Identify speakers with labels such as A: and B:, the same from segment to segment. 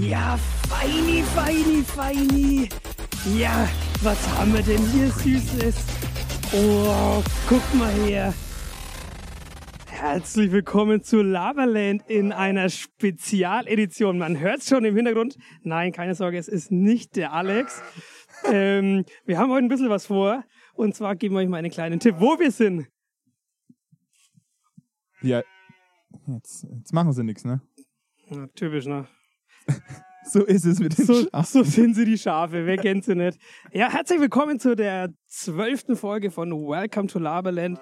A: Ja, feini, feini, feini. Ja, was haben wir denn hier Süßes? Oh, guck mal her. Herzlich willkommen zu Lavaland in einer Spezialedition. Man hört es schon im Hintergrund. Nein, keine Sorge, es ist nicht der Alex. Ähm, wir haben heute ein bisschen was vor. Und zwar geben wir euch mal einen kleinen Tipp, wo wir sind.
B: Ja, jetzt, jetzt machen sie nichts, ne?
A: Ja, typisch, ne?
B: So ist es mit dem
A: So,
B: Schaf.
A: so sind sie die Schafe, wer kennt sie nicht? Ja, herzlich willkommen zu der zwölften Folge von Welcome to Laberland.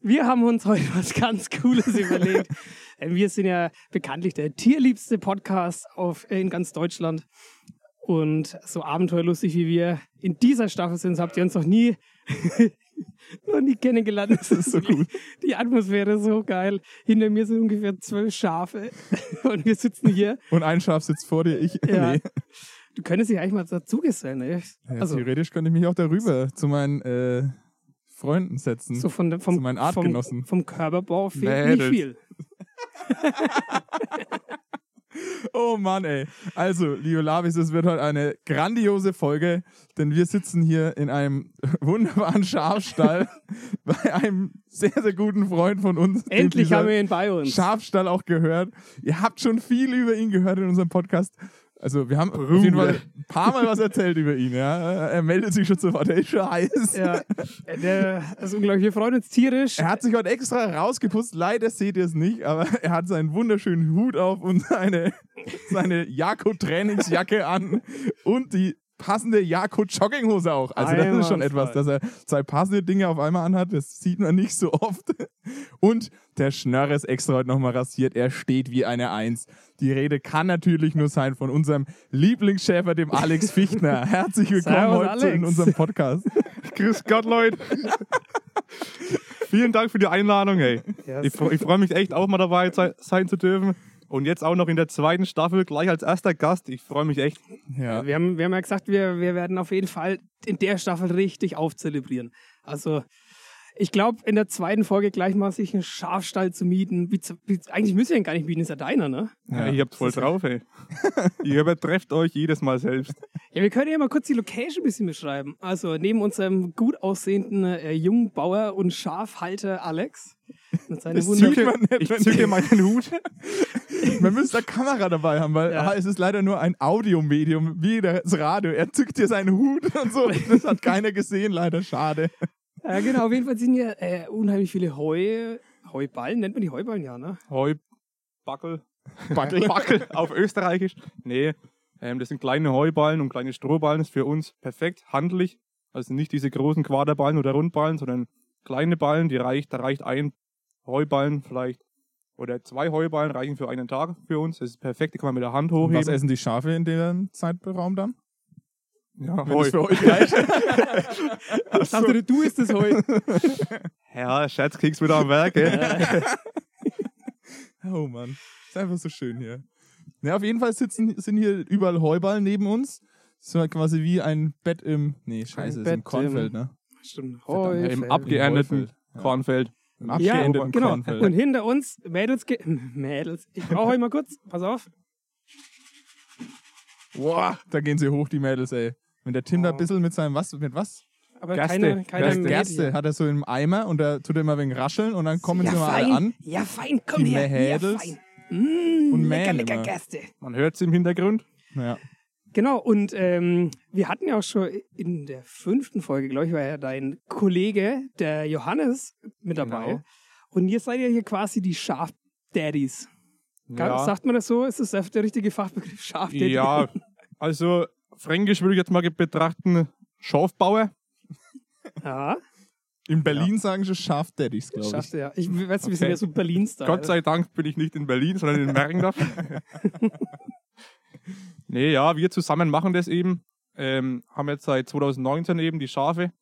A: Wir haben uns heute was ganz Cooles überlegt. Äh, Wir sind ja bekanntlich der tierliebste Podcast auf, äh, in ganz Deutschland. Und so abenteuerlustig wie wir in dieser Staffel sind, das habt ihr uns noch nie, noch nie kennengelernt. Das ist
B: so
A: wirklich- Die Atmosphäre ist so geil. Hinter mir sind ungefähr zwölf Schafe und wir sitzen hier
B: Und ein Schaf sitzt vor dir, ich.
A: Ja.
B: Nee.
A: Du könntest dich eigentlich mal dazugesellen, ey.
B: Ja,
A: Also,
B: Theoretisch könnte ich mich auch darüber zu meinen äh, Freunden setzen.
A: so von, der-
B: zu
A: vom,
B: meinen
A: vom,
B: Artgenossen.
A: vom Körperbau fehlt nicht
B: Mädels.
A: viel.
B: Oh Mann, ey. Also, liebe Lavis, es wird heute eine grandiose Folge, denn wir sitzen hier in einem wunderbaren Schafstall bei einem sehr, sehr guten Freund von uns. dem
A: Endlich
B: dieser
A: haben wir ihn bei uns.
B: Schafstall auch gehört. Ihr habt schon viel über ihn gehört in unserem Podcast. Also, wir haben auf jeden Fall ein paar Mal was erzählt über ihn. Ja. Er meldet sich schon zu Wort. Er ist schon heiß.
A: Ja, Äh, der ist unglaublich. Wir freuen uns tierisch.
B: Er hat sich heute extra rausgeputzt. Leider seht ihr es nicht, aber er hat seinen wunderschönen Hut auf und seine, seine Jako-Trainingsjacke an und die passende Jako-Jogginghose auch. Also, das ist schon
A: Einwandfrei.
B: etwas, dass er zwei passende Dinge auf einmal anhat. Das sieht man nicht so oft. Und der Schnörr ist extra heute nochmal rasiert. Er steht wie eine Eins. Die Rede kann natürlich nur sein von unserem Lieblingsschäfer, dem Alex Fichtner. Herzlich willkommen
A: Servus,
B: heute zu- in
A: Alex.
B: unserem Podcast.
C: Grüß Gott, Leute. Vielen Dank für die Einladung, ey.
A: Ja,
C: Ich, fre- ich freue mich echt, auch mal dabei sei- sein zu dürfen. Und jetzt auch noch in der zweiten Staffel gleich als erster Gast. Ich freue mich echt.
B: Ja.
A: wir, haben, wir haben ja gesagt, wir, wir werden auf jeden Fall in der Staffel richtig aufzelebrieren. Also, ich glaube, in der zweiten Folge gleich mal sich einen Schafstall zu mieten. Wie, zu- wie, eigentlich müssen wir ihn gar nicht mieten, ist ja deiner, ne?
B: Ja.
C: Ihr habt voll drauf, ey. Ihr übertrefft euch jedes Mal selbst.
A: Ja, wir können ja mal kurz die Location ein bisschen beschreiben. Also neben unserem gut aussehenden äh, jungen Bauer und Schafhalter Alex mit seinen
B: Das sieht
A: wunderschönen
B: man nicht,
C: Ich
B: wenn
C: zücke meinen Hut.
B: Man müsste eine Kamera dabei haben, weil
A: Ja.
B: ah, es ist leider nur ein Audiomedium, wie das Radio. Er zückt dir seinen Hut und so. Das hat keiner gesehen, leider. Schade.
A: Ja, genau, auf jeden Fall sind hier äh, unheimlich viele Heu, Heuballen, nennt man die Heuballen ja, ne?
C: Heu, Backel.
B: Backel.
C: Backel auf Österreichisch. Nee, ähm, das sind kleine Heuballen und kleine Strohballen. Das ist für uns perfekt, handlich. Also nicht diese großen Quaderballen oder Rundballen, sondern kleine Ballen, die reicht, da reicht ein Heuballen vielleicht. Oder zwei Heuballen reichen für einen Tag für uns. Das ist perfekt, die kann man mit der Hand
B: Was
C: hochheben.
B: essen die Schafe in dem Zeitraum dann?
C: Ja,
B: Wenn es für
C: Heu.
B: euch reicht.
A: Ich dachte, du, du isst das Heu.
C: ja Scherzkeks wieder am Werk, ey.
B: Oh Mann. Ist einfach so schön hier. Ja, auf jeden Fall sitzen, sind hier überall Heuballen neben uns. So quasi wie ein Bett im. Nee, scheiße, ist
A: Bett
B: im
A: im-
B: Kornfeld, ne?
A: Stimmt,
B: Verdammt,
A: Heu.
B: ja,
C: Im
A: Fell.
C: abgeernteten
B: Ja.
C: Kornfeld.
B: Im
A: ja,
B: abgeendeten
A: genau.
B: Kornfeld.
A: Und hinter uns, Mädels, ge- Mädels, ich brauche euch mal kurz, pass auf.
B: Boah, da gehen sie hoch, die Mädels, ey. Wenn der Tim da
A: Oh.
B: ein bisschen mit seinem was, mit was?
A: Aber
C: Gerste,
A: keine, keine
B: Gerste, Gerste hat er so im Eimer und da tut er immer wegen rascheln und dann kommen
A: ja,
B: sie mal alle
A: fein,
B: an.
A: ja, fein, komm
B: Die
A: her,
B: Mädels.
A: ja, fein. Mmh,
B: Und
A: lecker,
B: Mähnen
A: lecker
B: immer.
A: Gerste.
C: Man hört es im Hintergrund.
B: Ja.
A: Genau, und ähm, wir hatten ja auch schon in der fünften Folge, glaube ich, war ja dein Kollege, der Johannes, mit dabei.
C: Genau.
A: Und jetzt seid ihr hier quasi die Schaf-Daddies. Gar- Sagt man das so? Ist das der richtige Fachbegriff Schaf-Daddy?
C: Ja, also fränkisch würde ich jetzt mal betrachten, Schafbauer.
A: ja
B: In Berlin sagen sie Schafdaddies, glaube ich.
A: Schaf, ja. Ich weiß nicht, wir sind
C: Okay.
A: ja so Berlin-Style.
C: Gott sei Dank bin ich nicht in Berlin, sondern in Mergendorf. nee, ja, wir zusammen machen das eben. Ähm, haben jetzt seit 2019 eben die Schafe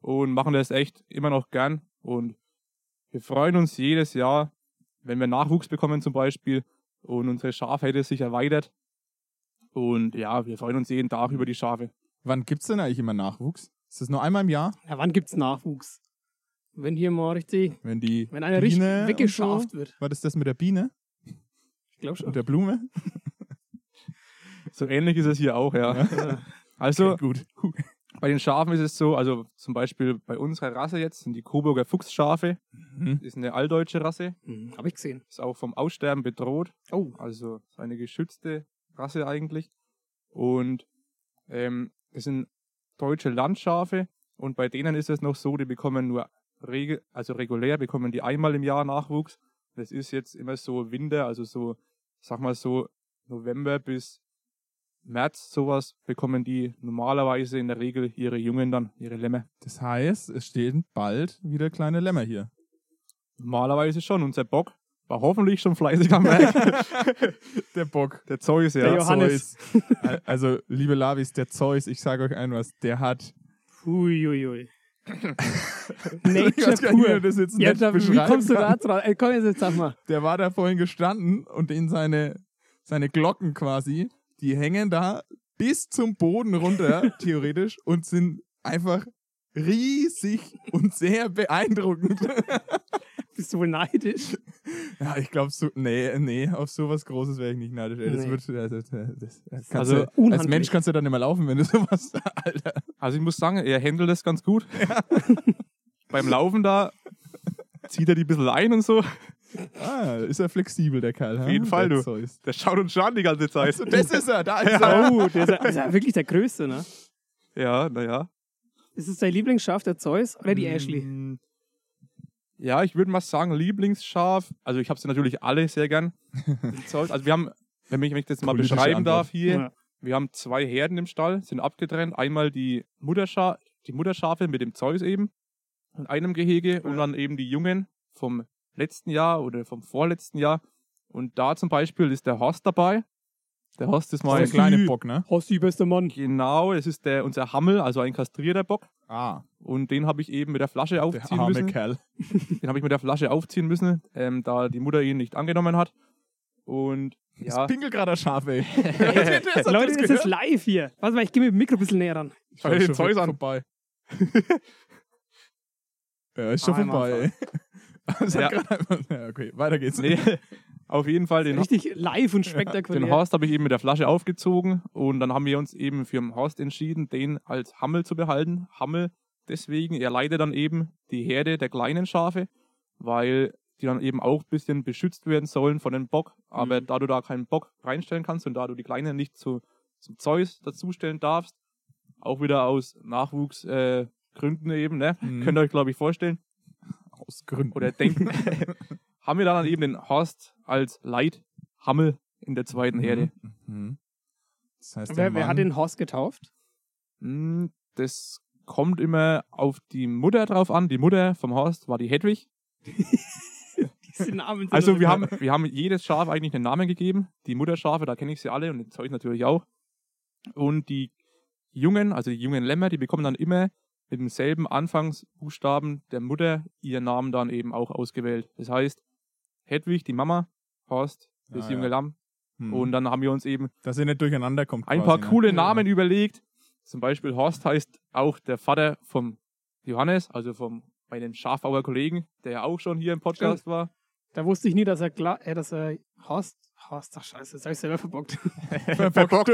C: und machen das echt immer noch gern. Und wir freuen uns jedes Jahr, wenn wir Nachwuchs bekommen zum Beispiel und unsere Schafherde sich erweitert. Und ja, wir freuen uns jeden Tag über die Schafe.
B: Wann gibt es denn eigentlich immer Nachwuchs? Ist das nur einmal im Jahr?
A: Ja, wann gibt's Nachwuchs? Wenn hier mal richtig,
B: Wenn die
A: wenn einer richtig
B: Biene
A: weggescharft
B: und so,
A: wird.
B: War das das mit der Biene
A: Ich glaube schon.
B: und der Blume?
C: So ähnlich ist es hier auch, ja. Also,
B: Gut.
C: bei den Schafen ist es so, also zum Beispiel bei unserer Rasse jetzt sind die Coburger Fuchsschafe,
B: Mhm.
C: ist eine alldeutsche Rasse,
A: Hm, Hab ich gesehen.
C: ist auch vom Aussterben bedroht.
A: Oh,
C: Also ist eine geschützte Rasse eigentlich. Und ähm, das sind deutsche Landschafe und bei denen ist es noch so, die bekommen nur regel, also regulär bekommen die einmal im Jahr Nachwuchs. Das ist jetzt immer so Winter, also so, sag mal so November bis März sowas bekommen die normalerweise in der Regel ihre Jungen dann, ihre Lämmer.
B: Das heißt, es stehen bald wieder kleine Lämmer hier.
C: Normalerweise schon. Unser Bock war hoffentlich schon fleißig am Werk.
B: Der Bock.
C: der Zeus,
A: Der
C: ja.
A: Johannes.
B: Zeus. Al- also, liebe Lavis, der Zeus, ich sage euch ein was, der hat.
A: huiuiui.
B: Ich
A: Nature
B: weiß gar nicht, wie
A: pur.
B: man das jetzt
A: Ja,
B: nett
A: da, wie
B: beschreiben
A: kommst du
B: kann.
A: da drauf? Ey, komm jetzt, jetzt sag mal.
B: Der war da vorhin gestanden und in seine, seine Glocken quasi, die hängen da bis zum Boden runter, theoretisch, und sind einfach riesig und sehr beeindruckend.
A: Bist du wohl neidisch?
B: Ja, ich glaube, so, nee, nee, auf sowas Großes wäre ich nicht neidisch. Ey. Das
A: Nee.
B: wird, also, das, das kannst
C: Also,
B: du, als
A: unhandlich.
B: Mensch kannst du dann immer laufen, wenn du sowas, Alter.
C: Also ich muss sagen, er handelt das ganz gut. Beim Laufen da zieht er die ein bisschen ein und so.
B: Ah, ist er flexibel, der Kerl. hm? Auf
C: jeden Fall,
B: der
C: du.
B: Zeus.
C: Der schaut uns schon an die ganze Zeit.
B: Das ist er, da ist er.
A: Oh, der ist, ja- ist ja wirklich der Größte, ne?
C: Ja, naja.
A: Ist es dein Lieblingsschaf, der Zeus oder die Ashley?
C: Mm, Ja, ich würde mal sagen, Lieblingsschaf. Also ich habe sie natürlich alle sehr gern. Die Zeus. Also wir haben, wenn ich, wenn ich das mal
B: Politische
C: beschreiben
B: Antwort.
C: darf hier,
A: Ja.
C: wir haben zwei Herden im Stall, sind abgetrennt. Einmal die, Mutterscha die Mutterschafe mit dem Zeus eben in einem Gehege und
A: Ja.
C: dann eben die Jungen vom letzten Jahr oder vom vorletzten Jahr. Und da zum Beispiel ist der Horst dabei. Der Horst ist
B: Das
C: mein
B: ist der kleine Bock, ne?
A: Hossi, bester Mann.
C: Genau, es ist der, unser Hammel, also ein kastrierter Bock.
B: Ah,
C: Und den habe ich eben mit der Flasche
B: der
C: aufziehen
B: arme
C: müssen.
B: Kerl.
C: Den habe ich mit der Flasche aufziehen müssen, ähm, da die Mutter ihn nicht angenommen hat. Und ja,
B: Das pinkelt gerade ein Schaf, ey.
A: Leute, das ist live hier. Warte mal, ich gehe mit dem Mikro ein bisschen näher ran.
B: Schau
C: Schau dir
B: dir
C: den Zeus an.
B: vorbei. ja, ist schon
A: Einmal
B: vorbei, ey. Also
C: Ja.
B: grad einfach- ja, okay, weiter geht's.
C: nee, auf jeden Fall den,
A: Richtig live und spektakulär.
C: den Horst habe ich eben mit der Flasche aufgezogen und dann haben wir uns eben für den Horst entschieden, den als Hammel zu behalten. Hammel deswegen, er leitet dann eben die Herde der kleinen Schafe, weil die dann eben auch ein bisschen beschützt werden sollen von dem Bock. Aber da du da keinen Bock reinstellen kannst und da du die Kleinen nicht zu, zum Zeus dazustellen darfst, auch wieder aus Nachwuchsgründen äh, Gründen eben, ne?
B: Mhm.
C: Könnt ihr euch, glaube ich, vorstellen
B: Aus Gründen.
C: oder denken, haben wir dann eben den Horst als Leithammel in der zweiten Herde.
B: Mhm. Das heißt, der
A: wer, wer hat
B: Mann-
A: den Horst getauft?
C: Mm, Das kommt immer auf die Mutter drauf an. Die Mutter vom Horst war die Hedwig.
A: Diese Namen sind
C: Also
A: doch
C: wir
A: so-
C: haben, wir haben jedes Schaf eigentlich einen Namen gegeben. Die Mutterschafe, da kenne ich sie alle und den Zeug natürlich auch. Und die Jungen, also die jungen Lämmer, die bekommen dann immer mit demselben Anfangsbuchstaben der Mutter ihren Namen dann eben auch ausgewählt. Das heißt, Hedwig, die Mama, Horst, das
B: Ah,
C: junge
B: ja.
C: Lamm.
B: Mhm.
C: Und dann haben wir uns eben
B: Dass er nicht durcheinander kommt.
C: ein paar
B: quasi,
C: coole
B: ne?
C: Namen überlegt. Zum Beispiel Horst heißt auch der Vater vom Johannes, also vom bei den Schafauer Kollegen, der ja auch schon hier im Podcast war.
A: Da wusste ich nie, dass er, Gla äh, dass er Horst... Horst, ach scheiße, jetzt habe ich selber verbockt.
B: Verbockt.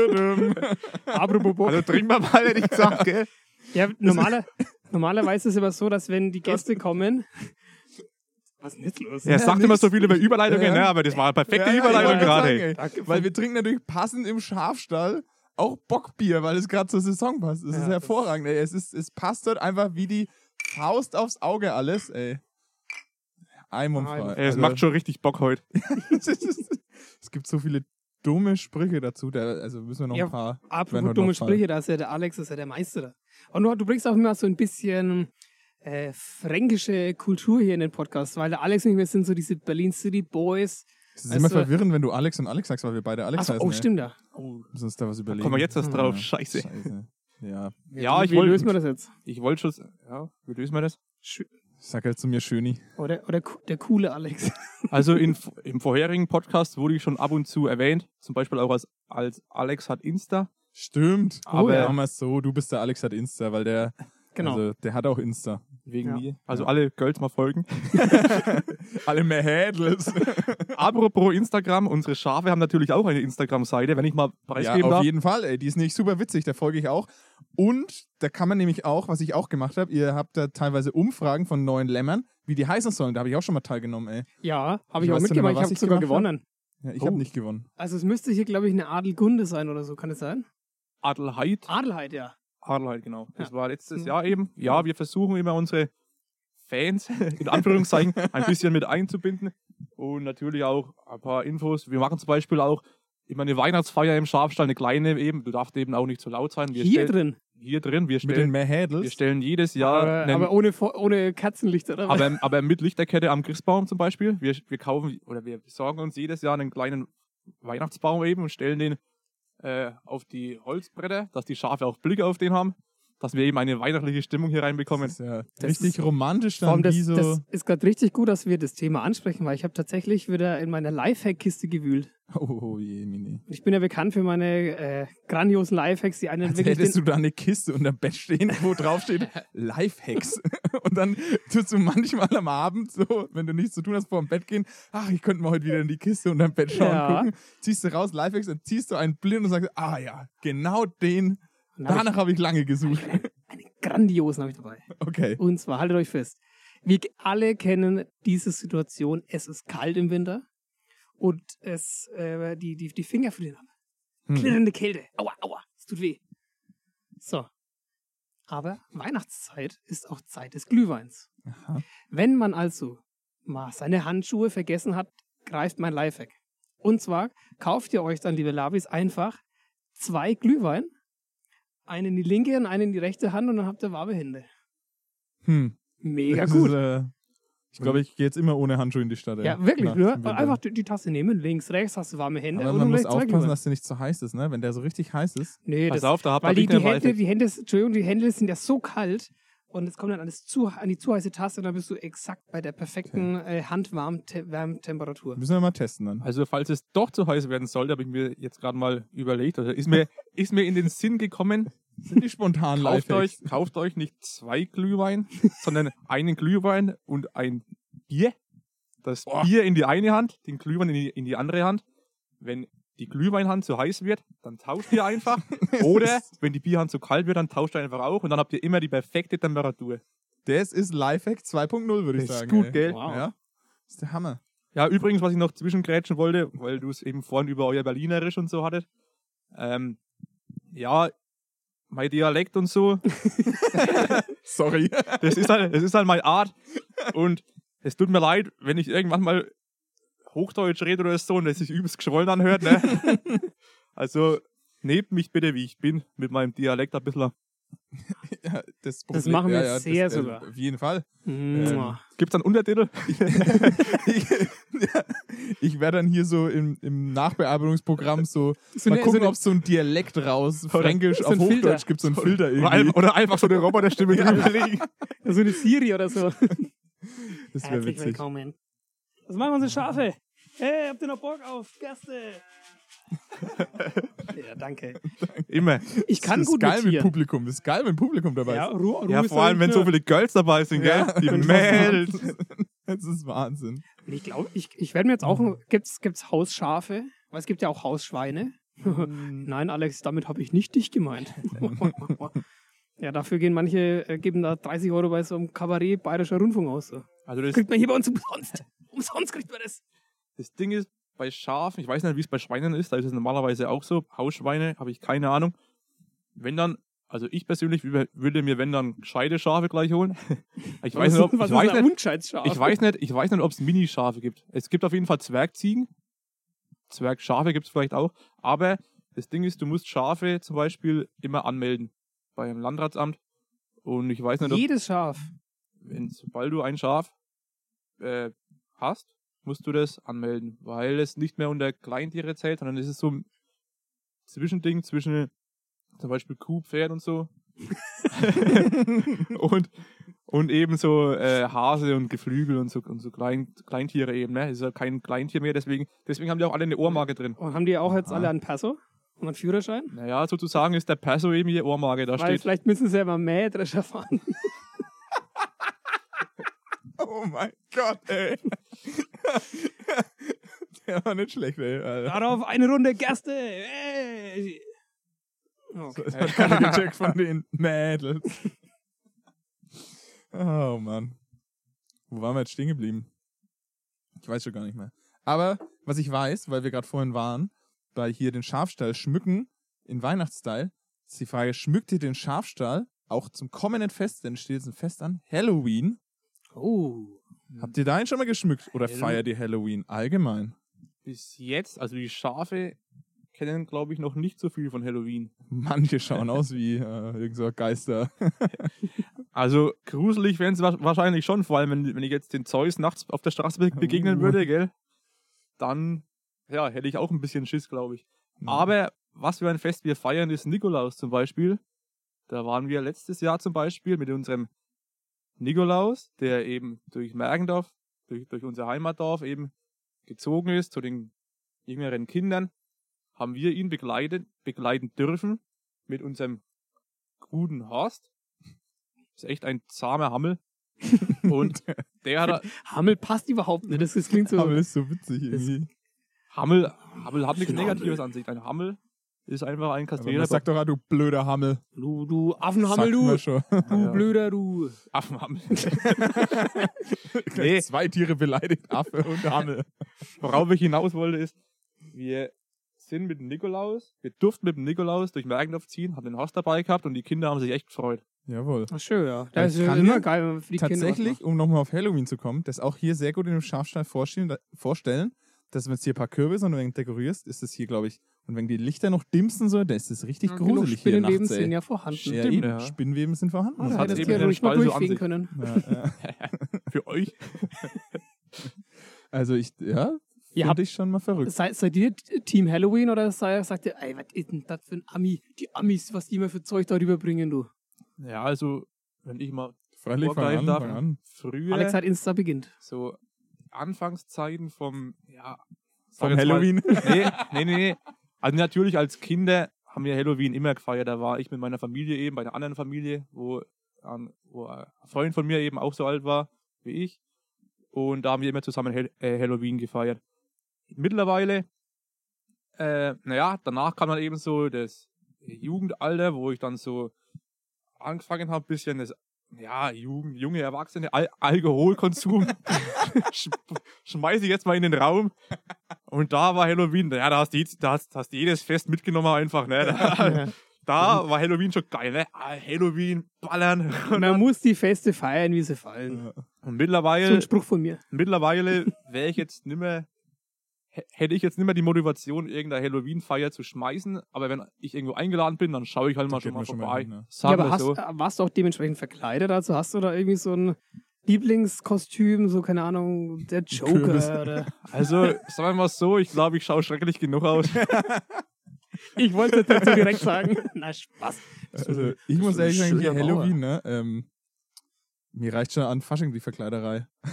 A: Apropos Bock.
B: also trinken wir mal, hätte ich gesagt, gell?
A: Ja, normaler, normalerweise ist es aber so, dass wenn die Gäste kommen... Was ist denn jetzt los?
C: Er sagt
B: nix.
C: immer so viel über Überleitungen,
B: Ja.
C: ne, aber das war eine perfekte
B: Ja, ja, ich
C: Überleitung
B: wollte
C: gerade.
B: sagen, ey.
A: Danke.
B: Weil wir trinken natürlich passend im Schafstall auch Bockbier, weil es gerade zur Saison passt. Es
A: Ja,
B: ist
A: das-
B: hervorragend, ey. Es, ist, es passt dort einfach wie die Faust aufs Auge alles, ey. Einwandfrei.
A: Einwandfrei.
C: Ey, es macht schon richtig Bock heute.
B: es, ist, Also es gibt so viele dumme Sprüche dazu, da, also müssen wir noch
A: Ja,
B: ein paar. werden
A: Apropos
B: heute
A: dumme
B: noch fallen.
A: Sprüche, da ist ja der Alex, ist ja der Meister da. Und du, du bringst auch immer so ein bisschen äh, fränkische Kultur hier in den Podcast, weil der Alex und ich, wir sind so diese Berlin City Boys.
B: Es ist immer
A: Also-
B: verwirrend, wenn du Alex und Alex sagst, weil wir beide Alex
A: Achso,
B: ne? heißen.
A: oh,
B: ey.
A: stimmt da.
B: Müssen uns da was überlegen.
C: Kommen wir jetzt erst drauf.
B: Ah,
C: Scheiße.
B: Scheiße. Ja,
C: Ja, ich
A: Wie lösen wir
C: wollte
A: das jetzt?
C: ich wollte schon ja, wie lösen wir das?
A: Schü-
B: sag halt zu mir Schöni.
A: Oder, oder ku- der coole Alex.
C: Also in, im vorherigen Podcast wurde ich schon ab und zu erwähnt, zum Beispiel auch als, als Alex hat Insta.
B: Stimmt.
C: Aber-
B: Aber damals so, du bist Also, der Alex hat Insta, weil der
A: Genau.
B: Also, der hat auch Insta.
C: Wegen
A: Ja.
C: mir. Also alle Girls mal folgen.
B: Alle mehr Hädels.
C: Apropos Instagram, unsere Schafe haben natürlich auch eine Instagram-Seite, wenn ich mal
B: Ja,
C: preisgeben
B: auf
C: darf.
B: jeden Fall. Ey, die ist nicht super witzig, da folge ich auch. Und da kann man nämlich auch, was ich auch gemacht habe, ihr habt da teilweise Umfragen von neuen Lämmern, wie die heißen sollen. Da habe ich auch schon mal teilgenommen, ey.
A: Ja, habe ich
B: Ich
A: auch
B: weiß nicht mehr,
A: mitgemacht.
B: was
A: Ich habe
B: ich
A: sogar
B: gemacht hab.
A: gewonnen.
B: Ja, ich
C: Oh.
B: habe nicht gewonnen.
A: Also es müsste hier, glaube ich, eine Adelgunde sein oder so, kann es sein?
C: Adelheid.
A: Adelheid, ja.
C: Adelheid, genau. Das
A: Ja.
C: war letztes
A: Mhm.
C: Jahr eben. Ja, wir versuchen immer unsere Fans, in Anführungszeichen, ein bisschen mit einzubinden. Und natürlich auch ein paar Infos. Wir machen zum Beispiel auch immer eine Weihnachtsfeier im Schafstall, eine kleine eben. Du darfst eben auch nicht zu laut sein. Wir
A: hier
C: stellen-
A: drin.
C: Hier drin. Wir
B: Mit den
C: stellen,
B: mehr
C: wir
B: Hädels.
C: stellen jedes Jahr
A: aber,
C: einen
A: aber ohne, Fo- ohne Kerzenlicht oder was?
C: aber, aber mit Lichterkette am Christbaum zum Beispiel. Wir, wir kaufen oder wir besorgen uns jedes Jahr einen kleinen Weihnachtsbaum eben und stellen den äh, auf die Holzbretter, dass die Schafe auch Blicke auf den haben, dass wir eben eine weihnachtliche Stimmung hier reinbekommen.
B: Das ist ja
A: Das
B: richtig
A: ist-
B: romantisch
A: Vor
B: dann,
A: allem das,
B: wie so.
A: das ist gerade richtig gut, dass wir das Thema ansprechen, weil ich habe tatsächlich wieder in meiner Lifehack-Kiste gewühlt.
B: oh, je, Mini.
A: Ich bin ja bekannt für meine äh, grandiosen Lifehacks, die einen
B: Als
A: wirklich
B: hättest
A: den,
B: du da eine Kiste unterm Bett stehen, wo drauf steht Lifehacks. Und dann tust du manchmal am Abend so, wenn du nichts zu tun hast, vor dem Bett gehen, ach, ich könnte mal heute wieder in die Kiste unterm Bett schauen
A: Ja.
B: gucken. Ziehst du raus, Lifehacks, dann ziehst du einen blind und sagst, ah ja, genau den.
A: Dann hab
B: Danach habe ich lange gesucht.
A: grandiosen habe ich dabei.
B: Okay.
A: Und zwar, haltet euch fest, wir k- alle kennen diese Situation, es ist kalt im Winter und es, äh, die, die, die Finger frieren ab.
B: Hm.
A: Klirrende Kälte. Aua, aua, es tut weh. So. Aber Weihnachtszeit ist auch Zeit des Glühweins.
B: Aha.
A: Wenn man also mal seine Handschuhe vergessen hat, greift mein Lifehack. Und zwar kauft ihr euch dann, liebe Labis, einfach zwei Glühwein, einen in die linke und einen in die rechte Hand und dann habt ihr warme Hände.
B: Hm.
A: Mega
B: Das
A: gut.
B: Ist, äh, ich glaube, ich gehe jetzt immer ohne Handschuhe in die Stadt. ey.
A: Ja, wirklich.
B: Nachts
A: Ne?
B: im Winter.
A: Einfach die, die Tasse nehmen, links, rechts, hast du warme Hände
B: Aber
A: und
B: man
A: dann
B: muss
A: gleich zwei
B: aufpassen,
A: Glühwein.
B: dass der nicht zu heiß ist, ne? Wenn der so richtig heiß ist.
A: Nee,
C: Pass
A: das,
C: auf, da habt
A: weil die,
C: ihr
A: die Hände, die Hände, Entschuldigung, die Hände sind ja so kalt und es kommt dann alles zu, an die zu heiße Taste und dann bist du exakt bei der perfekten äh, Handwarmtemperatur.
B: Müssen wir mal testen dann.
C: Also falls es doch zu heiß werden sollte, habe ich mir jetzt gerade mal überlegt, oder ist mir, ist mir in den Sinn gekommen,
B: Sind die spontanen
C: kauft
B: Lifehacks.
C: euch, kauft euch nicht zwei Glühwein, sondern einen Glühwein und ein Bier. Das
B: Boah.
C: Bier in die eine Hand, den Glühwein in die, in die andere Hand. Wenn die Glühweinhand zu heiß wird, dann tauscht ihr einfach. Oder wenn die Bierhand zu kalt wird, dann tauscht ihr einfach auch und dann habt ihr immer die perfekte Temperatur.
B: Das ist Lifehack 2.0, würde ich
C: Das ist
B: sagen.
C: gut,
B: ey.
C: gell?
A: Wow.
B: Ja. Das ist der Hammer.
C: Ja, übrigens, was ich noch zwischengrätschen wollte, weil du es eben vorhin über euer Berlinerisch und so hattet. Ähm, ja, mein Dialekt und so,
B: Sorry.
C: Das ist halt, das ist halt meine Art. Und es tut mir leid, wenn ich irgendwann mal Hochdeutsch rede oder so und es sich übelst geschwollen anhört. Ne? Also nehmt mich bitte, wie ich bin, mit meinem Dialekt ein bisschen.
B: Ja, das, Problem-
A: machen wir
B: ja, ja, das-
A: sehr
B: äh,
A: sogar.
B: Auf jeden Fall.
A: Mua.
C: Gibt es einen Untertitel?
B: ich ja, ich wäre dann hier so im, im Nachbearbeitungsprogramm so,
A: So
B: mal
A: eine- so
B: gucken,
A: eine-
B: ob es so ein Dialekt raus, fränkisch
A: so
B: auf
A: ein Filter.
B: Hochdeutsch gibt, so einen Filter
C: Oder, ein,
B: irgendwie.
C: oder einfach so eine Roboterstimme drüberlegen.
A: so eine Siri oder so.
B: Das wäre witzig.
A: willkommen. Was machen unsere Schafe? Hey, habt ihr noch Bock auf Gäste? ja, danke.
C: Immer.
A: Ich kann
B: das ist
A: gut
B: geil mit
A: mit
B: Publikum, das ist geil, wenn Publikum dabei ist.
A: Ruhe,
C: Ja, vor allem, wenn so viele Girls dabei sind, gell?
B: Ja.
C: Die Mädels.
B: Das ist Wahnsinn.
A: Ich glaube, ich, ich werde mir jetzt auch.
C: Mhm.
A: Gibt's, gibt's Hausschafe? Weil es gibt ja auch Hausschweine. Nein, Alex, damit habe ich nicht dich gemeint. ja, dafür gehen manche, äh, geben da 30 Euro bei so einem Kabarett Bayerischer Rundfunk aus. So.
C: Also
B: Genau.
C: das,
A: Kriegt man hier bei uns umsonst. Umsonst kriegt man das.
C: das Ding ist, bei Schafen, ich weiß nicht, wie es bei Schweinen ist, da ist es normalerweise auch so. Hausschweine, habe ich keine Ahnung. Wenn dann, also ich persönlich wür- würde mir, wenn dann, gescheite Schafe gleich holen. Ich weiß nicht, ob, ich
A: was ist
C: weiß
A: ein
C: nicht,
A: ungescheites Schaf?
C: ich weiß nicht, ich weiß nicht, ob es Minischafe gibt. Es gibt auf jeden Fall Zwergziegen. Zwergschafe gibt es vielleicht auch. Aber das Ding ist, du musst Schafe zum Beispiel immer anmelden beim Landratsamt. Und ich weiß nicht, ob,
A: Jedes Schaf.
C: wenn, sobald du ein Schaf äh, hast, musst du das anmelden, weil es nicht mehr unter Kleintiere zählt, sondern es ist so ein Zwischending zwischen zum Beispiel Kuh, Pferd und so. und, und eben so äh, Hase und Geflügel und so, und so Klein, Kleintiere eben. Ne? Es ist ja kein Kleintier mehr, deswegen, deswegen haben die auch alle eine Ohrmarke drin.
A: Und haben die auch jetzt
B: Aha.
A: alle einen Perso und einen Führerschein?
C: Naja, sozusagen ist der Perso eben hier Ohrmarke, da
A: Weil
C: steht.
A: vielleicht müssen sie ja mal Mähdrescher fahren.
B: Oh mein Gott, ey. Der war nicht schlecht, ey. Alter.
A: Darauf eine Runde Gerste. Ey. Okay.
B: Das hat keiner gecheckt von den Mädels. Oh Mann. Wo waren wir jetzt stehen geblieben? Ich weiß schon gar nicht mehr. Aber was ich weiß, weil wir gerade vorhin waren, bei hier den Schafstall schmücken in Weihnachtsstyle, ist die Frage, schmückt ihr den Schafstall auch zum kommenden Fest, denn es steht jetzt ein Fest an, Halloween?
A: Oh.
B: Habt ihr da einen schon mal geschmückt oder
C: Halloween.
B: feiert ihr Halloween allgemein?
C: Bis jetzt, also die Schafe kennen, glaube ich, noch nicht so viel von Halloween.
B: Manche schauen aus wie äh, irgend so ein Geister.
C: Also gruselig wären sie wa- wahrscheinlich schon, vor allem wenn, wenn ich jetzt den Zeus nachts auf der Straße be- begegnen
B: Oh.
C: würde, gell? Dann, ja, hätte ich auch ein bisschen Schiss, glaube ich.
B: Mhm.
C: Aber was für ein Fest wir feiern, ist Nikolaus zum Beispiel. Da waren wir letztes Jahr zum Beispiel mit unserem Nikolaus, der eben durch Mergendorf, durch, durch unser Heimatdorf eben gezogen ist zu den jüngeren Kindern, haben wir ihn begleitet, begleiten dürfen mit unserem guten Horst. Ist echt ein zahmer Hammel. Und der hat,
A: Hammel passt überhaupt nicht. Das, das klingt so.
B: Aber das ist so witzig irgendwie.
C: Hammel, Hammel hat nichts
A: Ein Hammel.
C: Negatives an sich. Ein Hammel ist einfach ein
B: Aber man
C: kastrierter
B: sagt doch auch, du blöder Hammel.
A: Du, du Affenhammel,
B: Sagt
A: du.
B: man schon.
A: Du
C: Ja.
A: blöder, du.
C: Affenhammel.
B: Gleich Zwei Tiere beleidigt, Affe und Hammel.
C: Worauf ich hinaus wollte ist, wir sind mit dem Nikolaus, wir durften mit dem Nikolaus durch Mergendorf ziehen, haben den Horst dabei gehabt und die Kinder haben sich echt gefreut.
B: Jawohl.
A: Ach, schön, ja.
B: Ja,
A: Das
B: ich
A: ist
B: kann
A: immer
B: mir
A: geil, wenn man für die Kinder was
B: Tatsächlich, um nochmal auf Halloween zu kommen, das auch hier sehr gut in dem Schafstall vorstellen, da- vorstellen dass wenn es hier ein paar Kürbisse und ein wenig dekorierst, ist es hier, glaube ich, und wenn die Lichter noch dimsen so, das ist richtig
A: macht.
B: gruselig hier
A: Spinnenleben
B: nachts,
A: sind
B: ey.
A: ja vorhanden.
B: ja, eh,
C: Stimmt,
B: eben,
C: ja.
B: Spinnenweben sind vorhanden.
A: Ah,
C: Das
A: da
C: hat
A: hättest
C: eben
A: du ja
C: den
A: ruhig mal
C: Stall so an
A: durchfegen
C: sich.
A: können.
B: Ja, ja.
C: Für euch?
B: Also ich, ja,
A: Ihr
B: fand
A: habt,
B: ich schon mal verrückt.
A: seid, seid ihr Team Halloween oder sei, sagt ihr, ey, was ist denn das für ein Ami? Die Amis, was die immer für Zeug darüber bringen, du.
C: Ja, also, wenn ich mal
B: Freilich, fang an,
C: vorgreifen darf,
B: fang an.
C: früher,
A: Alex hat Insta beginnt.
C: so Anfangszeiten vom, ja, sag
B: Vom
C: jetzt mal-
B: Halloween.
C: Nee, nee, nee, nee. Also natürlich als Kinder haben wir Halloween immer gefeiert. Da war ich mit meiner Familie eben, bei einer anderen Familie, wo, ähm, wo ein Freund von mir eben auch so alt war wie ich. Und da haben wir immer zusammen Hel äh, Halloween gefeiert. Mittlerweile, äh, naja, danach kam dann eben so das Jugendalter, wo ich dann so angefangen habe, bisschen das, ja, Jugend, junge Erwachsene, Al Alkoholkonsum sch schmeiße ich jetzt mal in den Raum. Und da war Halloween, ja, da hast du, je- da hast, hast du jedes Fest mitgenommen einfach, ne? Da, da war Halloween schon geil, ne? Ah, Halloween, ballern. Und,
A: Man muss die Feste feiern, wie sie fallen.
C: und
A: So ein
C: mittlerweile,
A: Spruch von mir.
C: mittlerweile wäre ich jetzt nimmer, hä- hätte ich jetzt nimmer die Motivation, irgendeine Halloween-Feier zu schmeißen, aber wenn ich irgendwo eingeladen bin, dann schaue ich halt mal
B: geht
C: schon mal
B: man schon mal
C: vorbei.
B: hin, ne?
A: Ja,
C: Sagen
A: aber
C: wir
A: hast,
C: so.
A: äh, warst du auch dementsprechend verkleidet? Also hast du da irgendwie so ein Lieblingskostüm, so keine Ahnung, der
B: Kürbis.
A: Joker oder.
C: Also, sagen wir mal so, ich glaube, ich schaue schrecklich genug aus.
A: Ich wollte das dazu direkt sagen. Na, Spaß.
B: Also, ich muss
A: so ein
B: ehrlich sagen, hier
A: schöner Bauer.
B: Halloween, ne? Ähm, mir reicht schon an Fasching die Verkleiderei.
A: ne?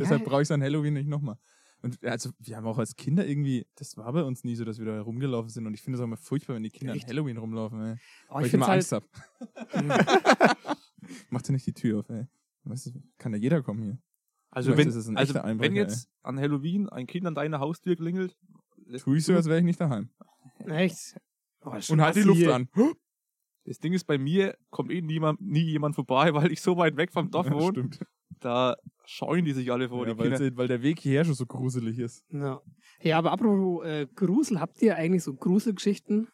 B: Deshalb brauche ich es an Halloween nicht nochmal. Und also, wir haben auch als Kinder irgendwie, das war bei uns nie so, dass wir da herumgelaufen sind. Und ich finde es auch immer furchtbar, wenn die Kinder
A: Echt?
B: an Halloween rumlaufen, ey.
A: Oh,
B: Weil
A: ich
B: ich immer
A: find's halt,
B: Angst hab. Mach dir nicht die Tür auf, ey. Weißt du, kann ja jeder kommen hier.
C: Also,
B: Vielleicht
C: wenn,
B: ist es ein
C: also
B: echter Einbrecher,
C: wenn jetzt an Halloween ein Kind an deiner Haustür klingelt, das,
B: Tu ich so, als wäre ich nicht daheim.
A: halt echt. Oh, das ist
B: Und halt die Luft
A: hier.
B: an.
C: das Ding ist, bei mir kommt eh niemand, nie jemand vorbei, weil ich so weit weg vom Dorf wohne.
B: Stimmt.
C: Da scheuen die sich alle vor,
B: Ja,
C: die Kinder.
B: weil, weil der Weg hierher schon so gruselig ist.
A: Ja. ja, aber apropos äh, Grusel, habt ihr eigentlich so Gruselgeschichten?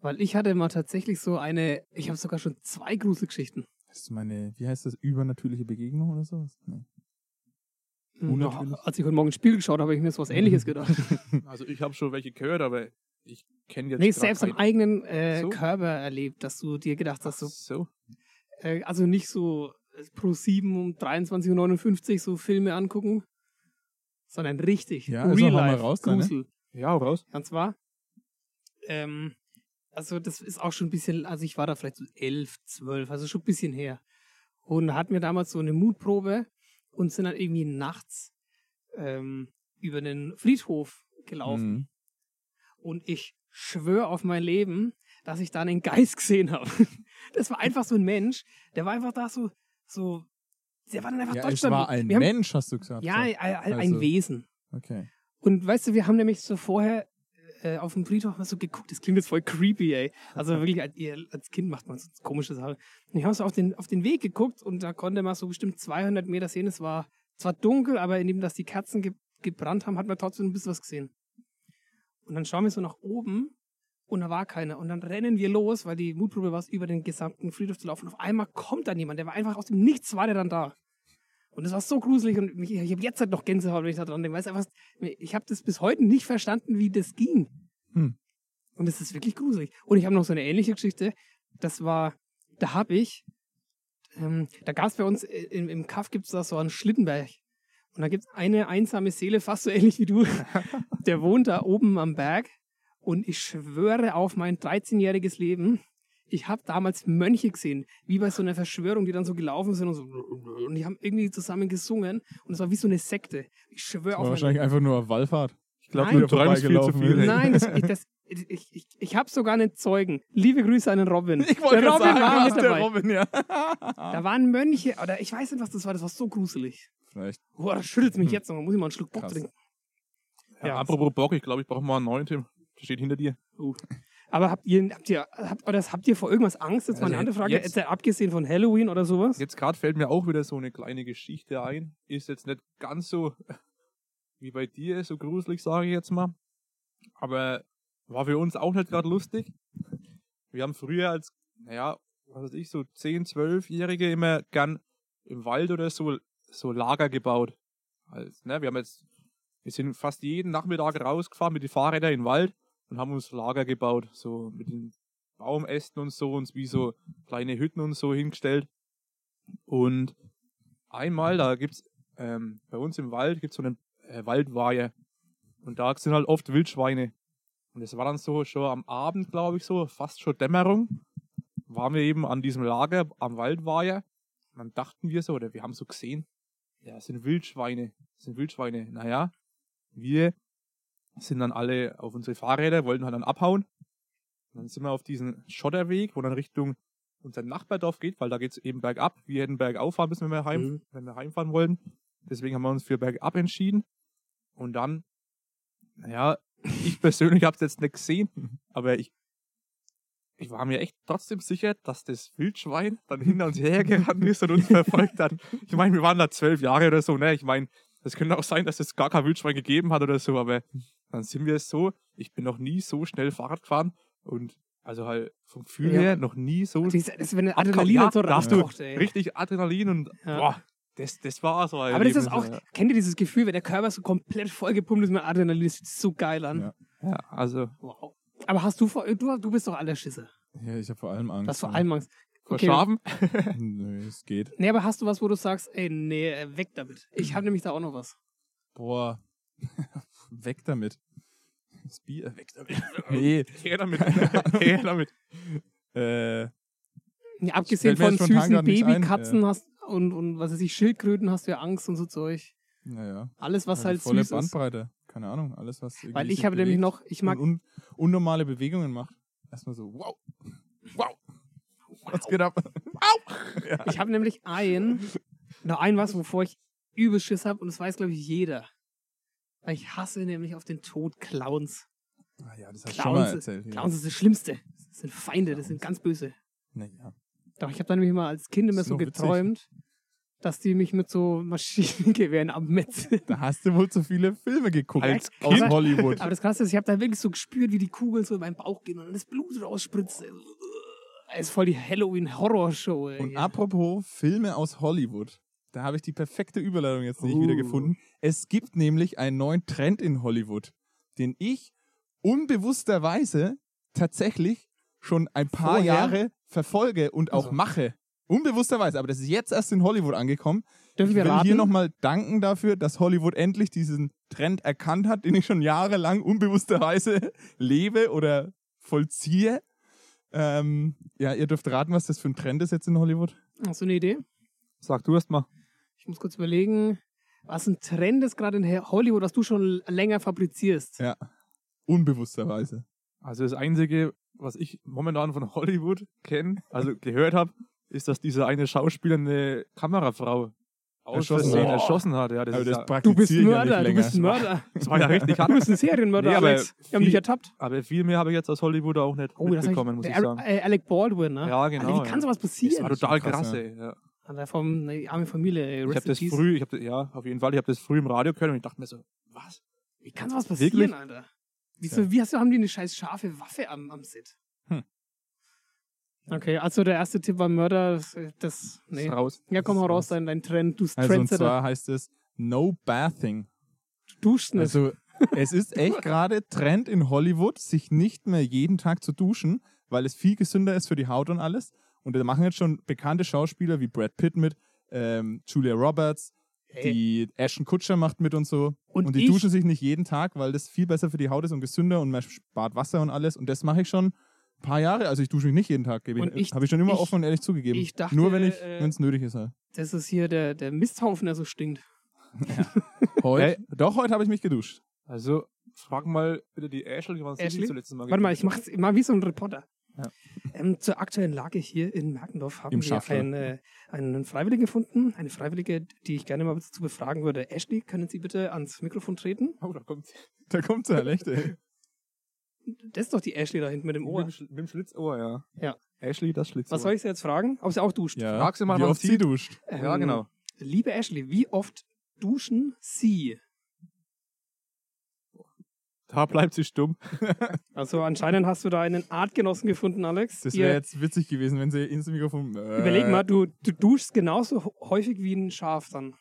A: Weil ich hatte mal tatsächlich so eine, ich habe sogar schon zwei Gruselgeschichten.
B: Das ist meine, wie heißt das, übernatürliche Begegnung oder sowas? Nee. Unnatürlich.
A: Ja, Hm, als ich heute Morgen ein Spiel geschaut habe, habe ich mir so was ähnliches gedacht.
C: Also ich habe schon welche gehört, aber ich kenne jetzt
A: nee,
C: grad
A: selbst am
C: keinen.
A: eigenen äh,
C: So?
A: Körper erlebt, dass du dir gedacht hast, so,
C: so.
A: äh, also nicht so äh, pro 7 um 23.59 Uhr so Filme angucken, sondern richtig.
B: Ja, also
A: real
B: hau mal
A: life
B: raus da, ne?
A: Grusel.
C: Ja, hau raus.
A: Und zwar, ähm, also das ist auch schon ein bisschen, also ich war da vielleicht so elf, zwölf, also schon ein bisschen her. Und hatten wir damals so eine Mutprobe und sind dann irgendwie nachts ähm, über den Friedhof gelaufen.
B: Mhm.
A: Und ich schwöre auf mein Leben, dass ich da einen Geist gesehen habe. Das war einfach so ein Mensch, der war einfach da so, so Der war dann einfach
B: Ja, es
A: Deutschland.
B: war ein
A: wir haben,
B: Mensch, hast du gesagt.
A: ja,
B: so.
A: ein, ein
B: Also-
A: Wesen.
B: Okay.
A: Und weißt du, wir haben nämlich so vorher äh, auf dem Friedhof mal so geguckt. Das klingt jetzt voll creepy, ey. Also wirklich, als, ihr- als Kind macht man so komische Sachen. Und ich habe so auf den, auf den Weg geguckt und da konnte man so bestimmt 200 Meter sehen. Es war zwar dunkel, aber indem das die Kerzen ge gebrannt haben, hat man trotzdem ein bisschen was gesehen. Und dann schauen wir so nach oben und da war keiner. Und dann rennen wir los, weil die Mutprobe war es, über den gesamten Friedhof zu laufen. Und auf einmal kommt dann jemand, der war einfach aus dem Nichts, war der dann da. Und das war so gruselig und mich- ich habe jetzt halt noch Gänsehaut, wenn ich da dran denke. Weißt du, einfach, ich habe das bis heute nicht verstanden, wie das ging.
B: Hm.
A: Und das ist wirklich gruselig. Und ich habe noch so eine ähnliche Geschichte. Das war, da habe ich, ähm, da gab es bei uns äh, im, im Kaff gibt es da so einen Schlittenberg. Und da gibt es eine einsame Seele, fast so ähnlich wie du. Der wohnt da oben am Berg. Und ich schwöre auf mein 13-jähriges Leben, ich habe damals Mönche gesehen, wie bei so einer Verschwörung, die dann so gelaufen sind und so. Und die haben irgendwie zusammen gesungen. Und es war wie so eine Sekte. Ich schwöre
B: Das war
A: auf mein
B: wahrscheinlich einfach nur auf Wallfahrt.
C: Ich glaube,
A: Nein.
C: du träumst viel zu
B: Vorbeigelaufen ist.
C: viel. ey.
A: Nein, das, ich, das, ich, ich, ich habe sogar einen Zeugen. Liebe Grüße an den Robin. der Robin war Genau, mit dabei.
B: Robin, ja.
A: Da waren Mönche, oder ich weiß nicht, was das war, das war so gruselig.
B: Vielleicht.
A: Boah, das schüttelt mich
B: Hm.
A: jetzt noch, da muss ich mal einen Schluck Bock
B: Krass.
A: trinken.
C: Ja, apropos Bock, ich glaube, ich brauche mal einen neuen Tim. Der steht hinter dir.
A: uh. Aber habt ihr, habt ihr, habt, oder habt ihr vor irgendwas Angst? Jetzt mal
C: Also
A: eine andere Frage.
C: jetzt-
A: Jetzt, abgesehen von Halloween oder sowas?
C: Jetzt gerade fällt mir auch wieder so eine kleine Geschichte ein. Ist jetzt nicht ganz so wie bei dir, so gruselig, sage ich jetzt mal. Aber war für uns auch nicht gerade lustig. Wir haben früher als, naja, was weiß ich, so 10-, 12-Jährige immer gern im Wald oder so, so Lager gebaut. Als, ne, wir haben jetzt, wir sind fast jeden Nachmittag rausgefahren mit den Fahrrädern in den Wald und haben uns Lager gebaut. So mit den Baumästen und so, uns wie so kleine Hütten und so hingestellt. Und einmal, da gibt's ähm, bei uns im Wald gibt's so einen äh, Waldweiher. Und da sind halt oft Wildschweine. Und es war dann so schon am Abend, glaube ich, so, fast schon Dämmerung, waren wir eben an diesem Lager am Waldweiher. Und dann dachten wir so, oder wir haben so gesehen, ja, es sind Wildschweine, es sind Wildschweine. Naja, wir sind dann alle auf unsere Fahrräder, wollten halt dann abhauen. Und dann sind wir auf diesen Schotterweg, wo dann Richtung unser Nachbardorf geht, weil da geht's eben bergab. Wir hätten bergauf fahren müssen, wenn wir, heim,
A: Mhm.
C: wenn wir heimfahren wollten. Deswegen haben wir uns für bergab entschieden. Und dann, naja, ich persönlich habe es jetzt nicht gesehen, aber ich, ich war mir echt trotzdem sicher, dass das Wildschwein dann hinter uns hergerannt ist und uns verfolgt hat. Ich meine, wir waren da zwölf Jahre oder so, ne? Ich meine, es könnte auch sein, dass es gar kein Wildschwein gegeben hat oder so, aber dann sind wir so. Ich bin noch nie so schnell Fahrrad gefahren und also halt vom Gefühl
A: Ja.
C: her noch nie so
A: Das ist, das ist wenn
C: Abkommen,
A: Adrenalin
C: ja,
A: halt so
C: da hast
A: reinkocht, ey.
C: richtig Adrenalin und
A: Ja.
C: boah, das, das war so ein
A: Aber das ist auch,
C: Erlebnis,
A: kennt ihr dieses Gefühl, wenn der Körper so komplett vollgepumpt ist mit Adrenalin, das fühlt sich so geil an.
B: Ja.
C: ja. ja, also
A: Wow. Aber hast du vor, du, du bist doch alle Schisse.
B: Ja, ich habe vor allem Angst.
A: Du hast vor allem Angst.
C: vor
A: Okay.
C: Schafen.
B: Nö, es geht.
A: Nee, aber hast du was, wo du sagst, ey, nee, äh, weg damit. Ich habe nämlich da auch noch was.
B: Boah. weg damit. Das Bier, weg damit. nee.
C: Her damit. Her damit.
B: Äh,
A: Nee, abgesehen
B: fällt mir
A: von
B: jetzt spontan
A: süßen
B: grad nichts ein,
A: Babykatzen hast und, und was weiß ich, Schildkröten hast du ja Angst und so Zeug.
B: naja.
A: Alles, was
B: Also
A: halt
B: volle
A: süß ist.
B: Bandbreite. Keine Ahnung, alles, was. irgendwie
A: Weil ich
B: sich
A: habe nämlich
B: bewegt
A: noch, ich mag,
B: Und un unnormale Bewegungen macht. Erstmal so, wow. Wow. Was geht ab?
A: ich habe nämlich ein, noch ein was, wovor ich übel Schiss habe und das weiß, glaube ich, jeder. Weil ich hasse nämlich auf den Tod Clowns.
B: Ah ja, das hast du schon mal
A: Clowns,
B: erzählt.
A: Clowns ist das Schlimmste. Das sind Feinde, das sind ganz böse.
B: Ja. Naja.
A: Doch, ich habe dann nämlich mal als Kind immer
B: Ist
A: so
B: noch witzig.
A: geträumt, dass die mich mit so Maschinengewehren abmetzeln.
B: Da hast du wohl zu viele Filme geguckt.
C: Als
B: aus
A: Kind.
B: Hollywood.
A: Aber das Krasse ist, ich habe da wirklich so gespürt, wie die Kugeln so in meinen Bauch gehen und dann das Blut rausspritzt. ey. Es ist voll die Halloween-Horror-Show. ey.
B: Und apropos Filme aus Hollywood, da habe ich die perfekte Überleitung jetzt nicht
A: Uh.
B: wieder gefunden. Es gibt nämlich einen neuen Trend in Hollywood, den ich unbewussterweise tatsächlich schon ein paar
A: Vorher?
B: Jahre verfolge und auch
A: Also.
B: mache. Unbewussterweise, aber das ist jetzt erst in Hollywood angekommen.
A: Dürfen
B: Ich
A: wir
B: will
A: raten?
B: hier nochmal danken dafür, dass Hollywood endlich diesen Trend erkannt hat, den ich schon jahrelang unbewussterweise lebe oder vollziehe. Ähm, ja, ihr dürft raten, was das für ein Trend ist jetzt in Hollywood.
A: Hast du eine Idee?
C: Sag du erst mal.
A: Ich muss kurz überlegen, was ein Trend ist gerade in Hollywood, was du schon länger fabrizierst.
B: Ja. Unbewussterweise.
C: Also das Einzige, was ich momentan von Hollywood kenne, also gehört habe, ist, dass dieser eine Schauspieler eine Kamerafrau aus
B: Erschossen
C: Versehen
B: hat.
C: erschossen hat. Ja, das
B: Aber
C: ist ja,
B: das
A: Du bist
B: praktiziere ich ja
A: Mörder,
B: nicht
A: du bist ein
B: länger.
A: Mörder.
C: das war ja richtig
A: Du
C: hart.
A: bist ein Serienmörder,
C: Nee, aber
A: Alex. Wir haben
C: viel-
A: dich ertappt.
C: Aber viel mehr habe ich jetzt aus Hollywood auch nicht
A: Oh, das hab
C: mitbekommen, muss ich
A: Al-
C: sagen.
A: äh, Alec Baldwin, ne?
C: Ja, genau,
A: Alter, wie kann
C: ja.
A: sowas
C: Das war
A: passieren?
C: total
B: schon krass,
C: krass,
B: ja.
C: ey. Ja.
A: Alter, Vom eine arme Familie. ey,
C: Ich
A: Rest
C: habe
A: in
C: das
A: peace.
C: früh, ich hab, ja, auf jeden Fall, ich habe das früh im Radio gehört und ich dachte mir so, was?
A: Wie kann sowas passieren,
C: Wirklich?
A: Alter? Wieso, Wie hast du, haben die eine scheiß scharfe Waffe am, am Set?
B: Hm.
A: Okay, also der erste Tipp war Mörder. Das, das
C: Nee.
A: nee.
C: Ist raus.
A: Ja, komm, hau raus, dein, dein Trend. Du
B: Also und
A: Trendsetter.
B: zwar heißt es No Bathing.
A: Du duschst nicht.
B: Also es ist echt gerade Trend in Hollywood, sich nicht mehr jeden Tag zu duschen, weil es viel gesünder ist für die Haut und alles. Und da machen jetzt schon bekannte Schauspieler wie Brad Pitt mit, ähm, Julia Roberts,
A: Ey.
B: die Ashton Kutscher macht mit und so.
A: Und
B: Und, die
A: ich-
B: duschen sich nicht jeden Tag, weil das viel besser für die Haut ist und gesünder und man spart Wasser und alles. Und das mache ich schon ein paar Jahre. Also ich dusche mich nicht jeden Tag, gebe
A: Und ich-
B: ich, habe ich schon immer
A: ich-
B: offen und ehrlich zugegeben.
A: ich dachte,
B: Nur wenn ich,
A: äh,
B: wenn es nötig ist. Halt.
A: Das ist hier der, der Misthaufen, der so stinkt.
B: Heute, doch, heute habe ich mich geduscht.
C: Also, frag mal bitte die Ashley, wann sie
A: Ashley?
C: sich zuletzt mal
A: Warte mal, ich
C: geduscht
A: mach's mal wie so ein Reporter.
B: Ja.
A: Ähm, zur aktuellen Lage hier in Merkendorf haben
B: Im
A: wir
B: Schafstall.
A: eine, einen Freiwilligen gefunden, eine Freiwillige, die ich gerne mal dazu befragen würde. Ashley, können Sie bitte ans Mikrofon treten?
C: hat. Oh, da kommt sie.
B: Da kommt sie halt echt, ey.
A: Das ist doch die Ashley da hinten mit dem
C: Mit,
A: Ohr.
C: dem Sch- mit dem Schlitzohr, ja.
A: Ja.
C: Ashley, das Schlitzohr.
A: Was soll ich sie jetzt fragen? Ob sie auch duscht?
B: Ja.
C: Frag sie mal,
B: wie
C: wann
B: oft
C: sie-
B: sie duscht.
A: Ähm,
C: Ja, genau.
A: Liebe Ashley, wie oft duschen Sie?
C: Da bleibt sie stumm.
A: Also anscheinend hast du da einen Artgenossen gefunden, Alex.
B: Das
A: Ihr-
B: wäre jetzt witzig gewesen, wenn sie ins Mikrofon. Äh,
A: überleg mal, du, du duschst genauso häufig wie ein Schaf dann.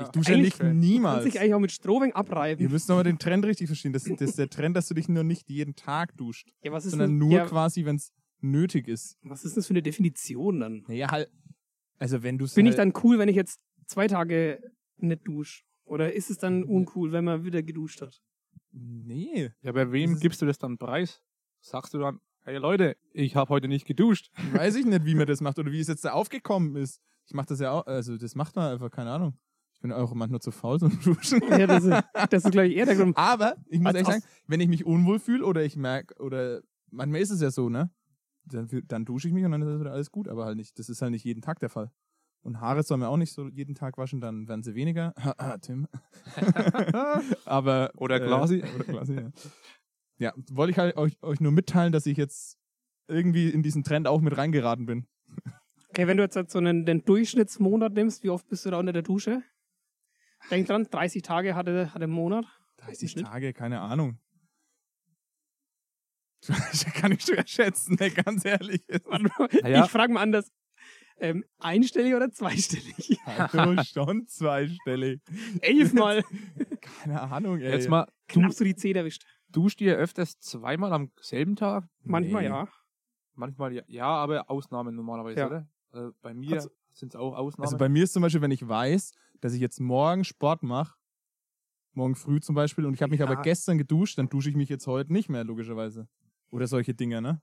B: Ich dusche ja
A: eigentlich-
B: nicht
A: Kannst
B: niemals.
A: dich eigentlich auch mit Strohwing
B: Ihr
A: abreiben.
B: müsst nochmal den Trend richtig verstehen. Das, das ist der Trend, dass du dich nur nicht jeden Tag duscht,
A: Ja, was ist
B: sondern
A: denn,
B: nur
A: ja,
B: quasi, wenn es nötig ist.
A: was ist das für eine Definition dann?
B: Naja, halt. Also, wenn du es.
A: Bin
B: halt,
A: ich dann cool, wenn ich jetzt zwei Tage nicht dusche? Oder ist es dann uncool, wenn man wieder geduscht hat?
B: Nee.
C: Ja, bei
B: Das
C: wem
B: ist-
C: gibst du das dann preis? Sagst du dann, hey Leute, ich habe heute nicht geduscht.
B: Weiß ich nicht, wie man das macht oder wie es jetzt da aufgekommen ist. Ich mache das ja auch. Also, das macht man einfach, keine Ahnung. Ich bin auch manchmal zu faul zum Duschen.
A: Ja, das ist, das ist glaube ich, eher der Grund.
B: Aber ich muss
A: Als
B: ehrlich
A: aus-
B: sagen, wenn ich mich unwohl fühle oder ich merke, oder manchmal ist es ja so, ne? Dann, fühl- dann dusche ich mich und dann ist wieder alles gut, aber halt nicht. Das ist halt nicht jeden Tag der Fall. Und Haare soll man auch nicht so jeden Tag waschen, dann werden sie weniger. Tim. aber.
C: Oder Glasi.
B: Äh, oder Glasi, ja. ja, wollte ich halt euch, euch nur mitteilen, dass ich jetzt irgendwie in diesen Trend auch mit reingeraten bin.
A: Okay, wenn du jetzt halt so einen, den Durchschnittsmonat nimmst, wie oft bist du da unter der Dusche? Denk dran, 30 Tage hat er, hat er im Monat.
B: 30
A: Schnitt?
B: Tage, keine Ahnung. Kann ich schwer schätzen, ne, ganz ehrlich.
A: Warte mal,
C: Naja.
A: Ich frage mal anders. Ähm, einstellig oder zweistellig?
B: Hallo, schon zweistellig.
A: Elfmal.
B: Keine Ahnung, ey.
C: Jetzt mal,
A: Knapp so die Zehn erwischt.
C: duscht ihr öfters zweimal am selben Tag?
A: Manchmal
B: Nee.
A: ja.
C: Manchmal ja, ja aber Ausnahmen normalerweise,
A: Ja.
C: oder? Also bei mir
A: Also-
C: sind's sind es auch Ausnahmen.
B: Also bei mir ist zum Beispiel, wenn ich weiß, dass ich jetzt morgen Sport mache, morgen früh zum Beispiel, und ich habe mich
A: Ja.
B: aber gestern geduscht, dann dusche ich mich jetzt heute nicht mehr, logischerweise. Oder solche Dinge, ne?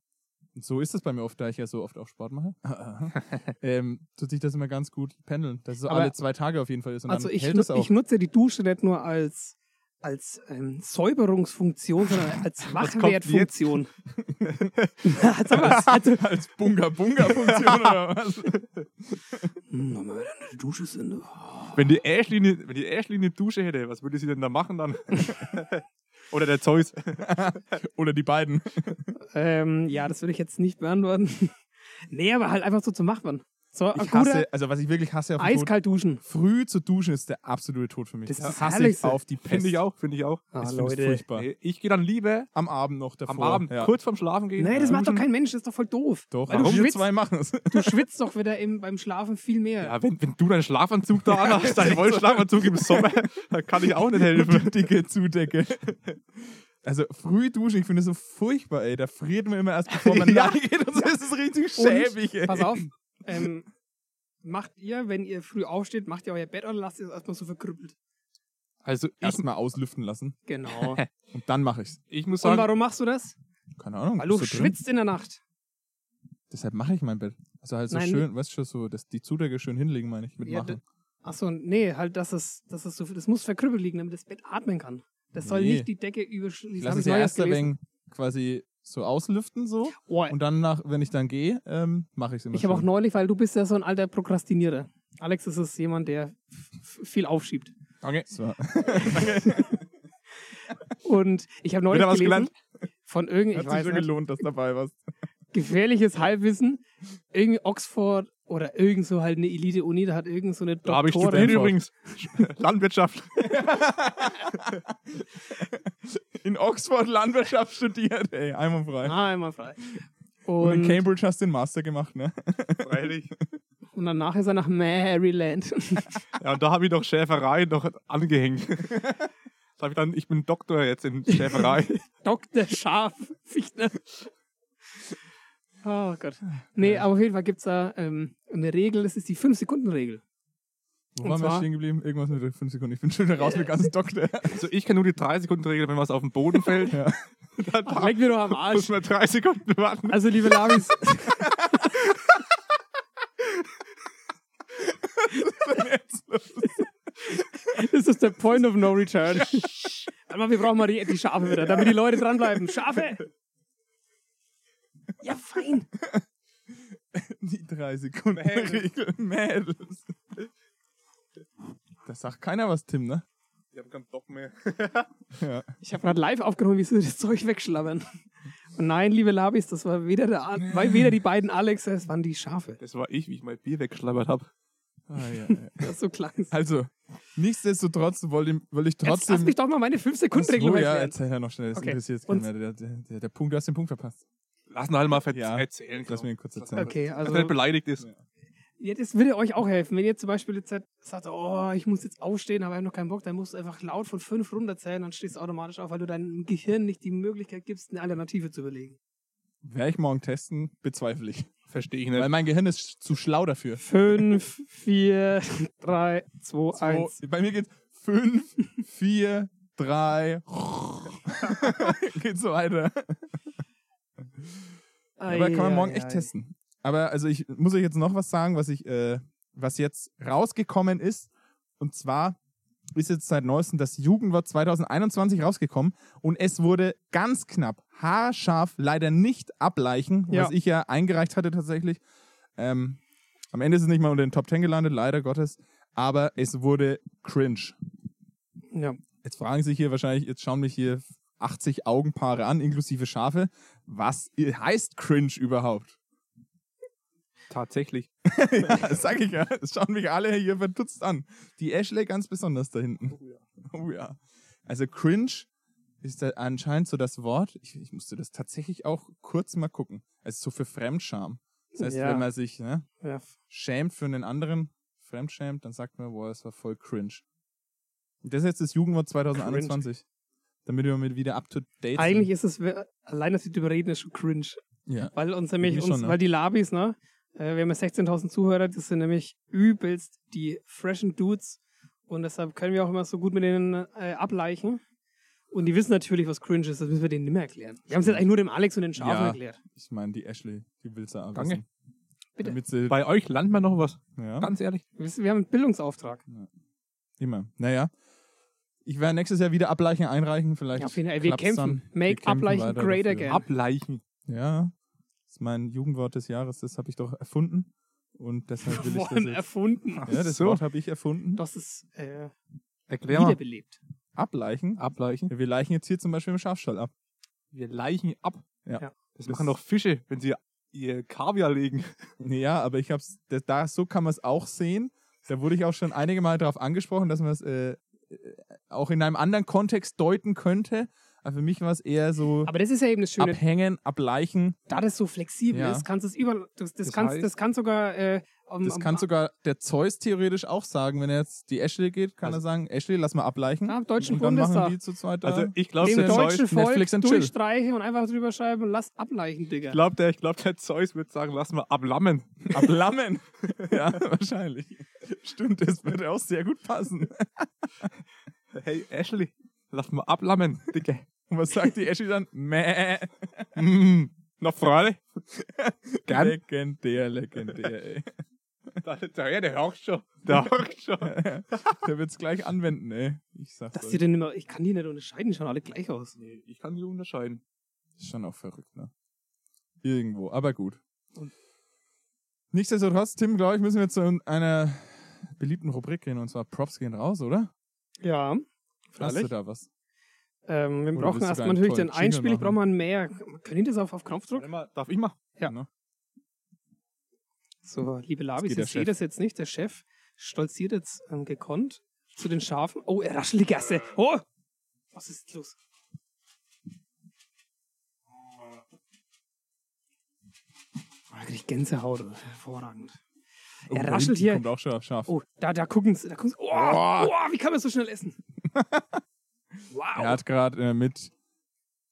B: Und so ist das bei mir oft, da ich ja so oft auch Sport mache. ähm, tut sich das immer ganz gut pendeln, dass es so
A: Aber-
B: alle zwei Tage auf jeden Fall ist. Und
A: Also
B: dann
A: ich,
B: hält
A: nu-
B: es auch.
A: ich nutze die Dusche nicht nur als, als ähm, Säuberungsfunktion, sondern als Wachwertfunktion. Sag mal, also,
B: als Bunga-Bunga-Funktion oder was?
A: Hm, wenn wir wieder in der Dusche sind.
C: wenn, die Ashley, ne- wenn die Ashley eine Dusche hätte, was würde sie denn da machen dann? oder der Zeus.
B: Oder die beiden.
A: Ähm, ja, das würde ich jetzt nicht beantworten. nee, aber halt einfach so zu machen. So, ein
B: Ich
A: guter
B: hasse, also was ich wirklich hasse auf dem Tod-
A: eiskalt duschen.
B: Früh zu duschen ist der absolute Tod für mich.
A: Das
B: Das,
A: ist das
B: hasse ich
A: Herrlichste.
B: auf die Pest.
C: Finde ich auch, finde ich auch.
A: Ah,
B: Das finde ich
A: Leute.
B: furchtbar.
C: Nee, Ich gehe dann lieber
B: Am Abend noch davor.
C: am Abend,
B: Ja.
C: kurz vorm Schlafen gehen.
A: Nee, das
B: Äh,
A: macht doch
C: duschen.
A: kein Mensch, das ist doch voll doof.
B: Doch,
A: Weil du
B: warum wir
A: schwitzt,
B: zwei machen es?
A: du schwitzt doch wieder im, beim Schlafen viel mehr.
C: Ja, wenn, wenn du deinen Schlafanzug da anhast, deinen Wollschlafanzug im Sommer, dann kann ich auch nicht helfen.
B: Die dicke Zudecke. Also früh duschen, ich finde das so furchtbar, ey. Da friert man immer erst, bevor man
C: Ja.
B: ja. geht und so ist es richtig
A: Und,
B: schäbig, ey.
A: Pass auf. Ähm, macht ihr, wenn ihr früh aufsteht, macht ihr euer Bett oder lasst ihr es erstmal so verkrüppelt?
C: Also ich,
B: Erstmal auslüften lassen
A: Genau.
B: und dann mache ich's.
C: ich muss
A: Und
C: sagen,
A: warum machst du das?
B: Keine Ahnung.
A: Weil du
B: bist drin?
A: schwitzt in der Nacht.
B: Deshalb mache ich mein Bett. Also halt so
A: Nein.
B: schön, weißt du, so dass die Zudecke schön hinlegen, meine ich, mit
A: Ja,
B: machen.
A: Achso, nee, halt, dass es, dass es so, das muss verkrüppelt liegen, damit das Bett atmen kann. Das soll
B: Nee.
A: nicht die Decke überschließen.
B: Ich lasse es ja erst ein wenig quasi so auslüften so
A: Oh,
B: und dann, nach, wenn ich dann gehe, ähm, mache ich's immer
A: ich habe auch
B: schön.
A: neulich, weil du bist ja so ein alter Prokrastinierer. Alex ist es jemand, der f- f- viel aufschiebt.
C: Danke.
B: Das war
A: Und ich habe neulich
C: Wieder was
A: gelesen
C: gelernt?
A: von irgendeinem, ich
B: hat sich
A: weiß
B: schon
A: nicht,
B: gelohnt, dass du dabei warst.
A: gefährliches Halbwissen, irgendwie Oxford oder irgend so halt eine Elite-Uni, da hat irgend so eine
C: Da habe ich
A: Doktorin.
C: studiert übrigens. Landwirtschaft.
B: In Oxford Landwirtschaft studiert, ey, einwandfrei.
A: Ah, einmal frei.
B: Und, in
A: Und,
B: Cambridge hast du den Master gemacht, ne?
C: Freilich.
A: und danach ist er nach Maryland.
C: Ja, und da habe ich noch Schäferei noch angehängt. Da habe ich dann, ich bin Doktor jetzt in Schäferei.
A: Dr. Schaf Fichtner. Oh Gott. Nee, aber auf jeden Fall gibt es da ähm, eine Regel, das ist die 5-Sekunden-Regel.
B: Wo
A: Und
B: waren wir
A: zwar-
B: stehen geblieben? Irgendwas mit 5 Sekunden. Ich bin schon wieder raus mit ganzen Doktor.
C: Also ich kann nur die 3-Sekunden-Regel, wenn was auf den Boden fällt.
B: Ja.
C: Dann
A: Ach, leck mir doch am
C: muss
A: Arsch.
C: man 3 Sekunden warten.
A: Also, liebe Laris, das ist der Point of No Return. Aber wir brauchen mal die, die Schafe wieder, damit die Leute dranbleiben. Schafe! Ja, fein.
B: Die 3 Sekunden Regel. Mädels. Das sagt keiner was, Tim, ne?
C: Ich habe keinen Bock mehr.
B: Ja.
A: Ich habe gerade live aufgenommen, wie sie das Zeug wegschlabbern. Und nein, liebe Labis, das war weder, der, A- weil weder die beiden Alex, es waren die Schafe.
C: Das war ich, wie ich mein Bier weggeschlabbert habe.
B: Ah, ja, ja.
A: Das so klang es.
B: Also, nichtsdestotrotz wollte ich, wollte ich
A: Jetzt lass
B: trotzdem.
A: mich doch mal meine 5 Sekunden
B: Ach
A: Regelung
B: so, ja,
A: erklären.
B: erzähl ja noch schnell, das
A: Okay.
B: interessiert jetzt
A: Und-
B: keiner. Der, der, der, der Punkt, du hast den Punkt verpasst.
C: Lass ihn halt mal ver-
B: Ja.
C: erzählen. genau.
B: Lass mir ihn kurz erzählen.
A: Okay,
C: Dass
A: also
C: er nicht beleidigt ist.
A: ja, das würde euch auch helfen. Wenn ihr zum Beispiel jetzt halt sagt, oh, ich muss jetzt aufstehen, aber ich habe noch keinen Bock, dann musst du einfach laut von 5 runterzählen, dann stehst du automatisch auf, weil du deinem Gehirn nicht die Möglichkeit gibst, eine Alternative zu überlegen.
B: Werde ich morgen testen? Bezweifle ich.
C: Verstehe ich
B: Weil
C: nicht.
B: mein Gehirn ist sch- zu schlau dafür.
A: 5, 4, 3, 2,
B: Zwei-
A: 1.
B: Bei mir geht's 5, 4, 3. Geht so weiter. Aber kann man morgen echt testen. Aber also ich muss euch jetzt noch was sagen, was ich, äh, was jetzt rausgekommen ist. Und zwar ist jetzt seit neuestem das Jugendwort 2021 rausgekommen und es wurde ganz knapp, haarscharf, leider nicht ableichen,
A: Ja.
B: was ich ja eingereicht hatte tatsächlich. Ähm, am Ende ist es nicht mal unter den Top 10 gelandet, leider Gottes. Aber es wurde cringe.
A: Ja.
B: Jetzt fragen sich hier wahrscheinlich, jetzt schauen mich hier 80 Augenpaare an, inklusive Schafe. Was heißt cringe überhaupt?
C: Tatsächlich.
B: Ja, das sag ich ja. Das schauen mich alle hier verdutzt an. Die Ashley ganz besonders da hinten. Oh ja. Also cringe ist da anscheinend so das Wort. Ich, ich musste das tatsächlich auch kurz mal gucken. Also so für Fremdscham. Das heißt,
A: Ja.
B: wenn man sich ne,
A: ja.
B: schämt für einen anderen, fremdschämt, dann sagt man, boah, das war voll cringe. Und das ist jetzt das Jugendwort 2021. Damit wir mit wieder up to date
A: Eigentlich ist es, wir- allein, dass wir darüber reden, ist schon cringe.
B: sind. Ja.
A: Weil uns nämlich,
B: Irgendwie
A: uns,
B: schon, ne?
A: weil die Labis, ne? Äh, wir haben ja 16.000 Zuhörer, das sind nämlich übelst die freshen Dudes. Und deshalb können wir auch immer so gut mit denen äh, ableichen. Und die wissen natürlich, was cringe ist, das müssen wir denen nicht mehr erklären. Wir haben es jetzt eigentlich nur dem Alex und den Schafen
B: Ja.
A: erklärt.
B: Ich meine, die Ashley, die will's ja auch
C: Danke.
B: wissen.
A: Bitte.
B: Damit sie,
C: Bei euch lernt man noch was.
B: ja.
C: Ganz ehrlich.
A: Wir, wissen, wir haben einen Bildungsauftrag.
B: Immer. Naja. Ich werde nächstes Jahr wieder Ableichen einreichen, vielleicht.
A: Ja, auf jeden Fall. Wir
B: klappt's
A: kämpfen.
B: dann.
A: Make
B: kämpfen
A: Ableichen
B: weiter
A: great
B: dafür.
A: again.
C: Ableichen.
B: Ja. Das ist mein Jugendwort des Jahres, das habe ich doch erfunden. Und deshalb will ich das
A: Worden
B: jetzt.
A: erfunden.
B: Ja, das
C: so.
B: Wort habe ich erfunden.
A: Das ist äh,
C: Erklär mal.
A: wiederbelebt.
B: Ableichen.
C: Ableichen.
B: Ja, wir leichen jetzt hier zum Beispiel im Schafstall ab.
C: Wir leichen ab.
B: Ja.
A: Ja.
C: Das, machen doch Fische, wenn sie ihr Kaviar legen.
B: Ja, aber ich hab's, da- da, so kann man es auch sehen. Da wurde ich auch schon einige Mal darauf angesprochen, dass man es äh, äh, auch in einem anderen Kontext deuten könnte. Aber für mich war es eher so
A: Aber das ist ja eben das Schöne.
B: abhängen, ableichen.
A: Da das so flexibel
B: Ja.
A: ist, kannst du es über. Das, das,
C: Das
A: kannst,
C: heißt-
A: das kann sogar. Äh, am-
B: Das
A: am-
B: kann sogar der Zeus theoretisch auch sagen, wenn er jetzt die Ashley geht, kann
C: Also-
B: er sagen, Ashley, lass mal ableichen.
A: Ja, im deutschen
B: und dann
A: Bundestag.
B: machen die zu zweit da.
C: Also ich glaube,
A: dem
C: der
A: deutschen
C: Zeus,
A: Volk
B: Netflix and chill.
A: durchstreichen und einfach drüber schreiben, lasst ableichen, Digga.
C: ich glaub, der, ich glaub, der Zeus wird sagen, lass mal ablammen.
B: ablammen. ja, wahrscheinlich. Stimmt, das würde auch sehr gut passen.
C: Hey Ashley, lass mal ablammen, Dicke.
B: Und was sagt die Ashley dann? Mäh.
C: mm, noch Freude? Gern.
B: Legendär, legendär, ey.
C: Da, da, der hört schon. Der hört schon.
B: Der wird's gleich anwenden, ey. Ich sag's
A: Dass die
B: euch.
A: denn immer, ich kann die nicht unterscheiden, die schauen alle gleich aus.
C: Nee, ich kann die unterscheiden.
B: Ist schon auch verrückt, ne? Irgendwo, aber gut.
A: Und-
B: Nichtsdestotrotz, Tim, glaube ich, müssen wir zu einer beliebten Rubrik gehen, und zwar Props gehen raus, oder?
A: Ja,
B: Hast du
A: freilich.
B: da was?
A: Ähm, wir
B: Oder
A: brauchen
B: willst du
A: erstmal
B: da einen
A: natürlich
B: tollen
A: den Einspiel, ich
B: Jingle
A: brauche mal mehr. Können die das auf, auf Knopfdruck?
C: Warte mal, Darf ich mal?
A: Ja.
B: Ne?
A: So, liebe Labis,
B: geht der
A: ich sehe
B: Chef.
A: das jetzt nicht. Der Chef stolziert jetzt ähm, gekonnt zu den Schafen. Oh, er raschelt die Gasse. Oh! Was ist los? Oh, da krieg ich Gänsehaut. Hervorragend.
B: Oh,
A: Er
B: da
A: raschelt
B: hinten
A: hier.
B: Kommt auch schon scharf.
A: Oh, da, da gucken sie. Da gucken sie. Oh,
B: Boah.
A: oh, wie kann man so schnell essen? Wow.
B: Er hat gerade äh, mit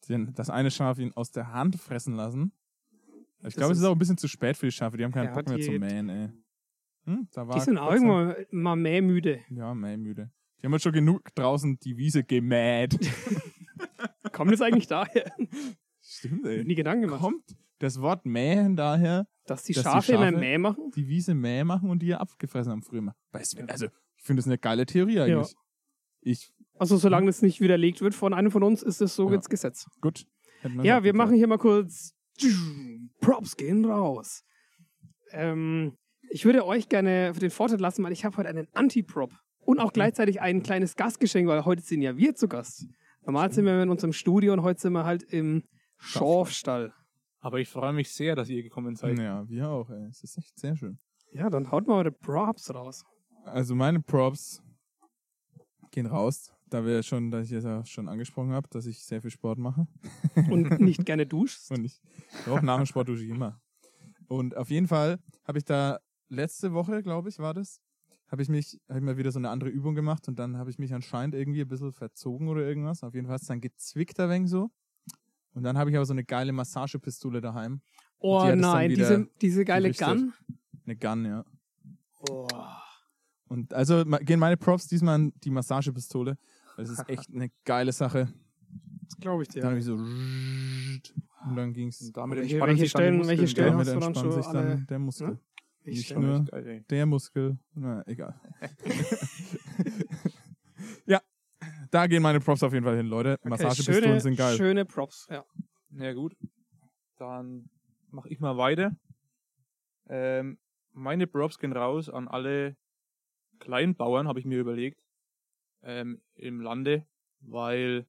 B: den, das eine Schaf ihn aus der Hand fressen lassen. Ich glaube, es ist
A: ist-
B: auch ein bisschen zu spät für die Schafe. Die haben keinen
A: Er
B: Bock
A: hat
B: mehr zu
A: die-
B: mähen, ey. Hm? Da war
A: die sind auch
B: kurz-
A: irgendwann mal mehr müde.
B: Ja, mähmüde. Die haben jetzt schon genug draußen die Wiese gemäht.
A: Kommt das eigentlich daher?
B: Stimmt,
A: Hab
B: ey.
A: Nie Gedanken gemacht.
B: Kommt das Wort mähen daher,
A: Dass die
B: Dass die
A: Schafe immer
B: Schafe-
A: mehr machen?
B: die Wiese mäh machen und die ja abgefressen haben früher immer. Weißt du, also, ich finde das eine geile Theorie eigentlich. Ich,
A: Also solange das nicht widerlegt wird von einem von uns, ist das so
B: Hm. Ja.
A: ins Gesetz.
B: gut. Hätten wir's
A: Ja,
B: auch
A: wir
B: geklärt.
A: machen hier mal kurz Props gehen raus. Ähm, ich würde euch gerne für den Vorteil lassen, weil ich habe heute einen Anti-Prop und auch gleichzeitig ein kleines Gastgeschenk, weil heute sind ja wir zu Gast. Normal sind wir in unserem Studio und heute sind wir halt im Schorfstall.
C: Aber ich freue mich sehr, dass ihr gekommen seid.
B: Ja, wir auch, ey. Es ist echt sehr schön.
A: Ja, dann haut mal eure Props raus.
B: Also meine Props gehen raus, da wir schon, dass ich es ja schon angesprochen habe, dass ich sehr viel Sport mache.
A: Und nicht gerne duschst.
B: Und ich auch nach dem Sport dusche ich immer. Und auf jeden Fall habe ich da letzte Woche, glaube ich, war das, habe ich mich, habe ich mal wieder so eine andere Übung gemacht und dann habe ich mich anscheinend irgendwie ein bisschen verzogen oder irgendwas. Auf jeden Fall hat es dann gezwickt ein wenig so. Und dann habe ich aber so eine geile Massagepistole daheim.
A: Oh
B: Die hat es dann
A: nein,
B: wieder
A: diese, diese geile
B: gerichtet.
A: Gun.
B: Eine Gun, ja.
A: Oh.
B: Und also ma- gehen meine Props diesmal an die Massagepistole. Das ist echt eine geile Sache.
A: Das glaube ich dir.
B: Dann habe ich so und dann ging es.
C: Und damit
A: Welche- welche
C: entspannen sich dann die
A: Stellen-
C: Muskeln,
A: welche Stellen-
C: gell?
B: Damit
A: hast du dann
B: entspannt
A: schon
B: sich dann
A: alle- ne?
B: der Muskel.
A: Ich
B: nicht
A: stell-
B: nur-
C: Echt geil, ey.
B: Der Muskel. Na, egal. ja, da gehen meine Props auf jeden Fall hin, Leute.
A: Okay,
B: Massagepistolen
A: schöne,
B: sind geil.
A: schöne Props, ja.
C: Na gut, dann mache ich mal weiter. Ähm, meine Props gehen raus an alle Kleinbauern, habe ich mir überlegt, ähm, im Lande, weil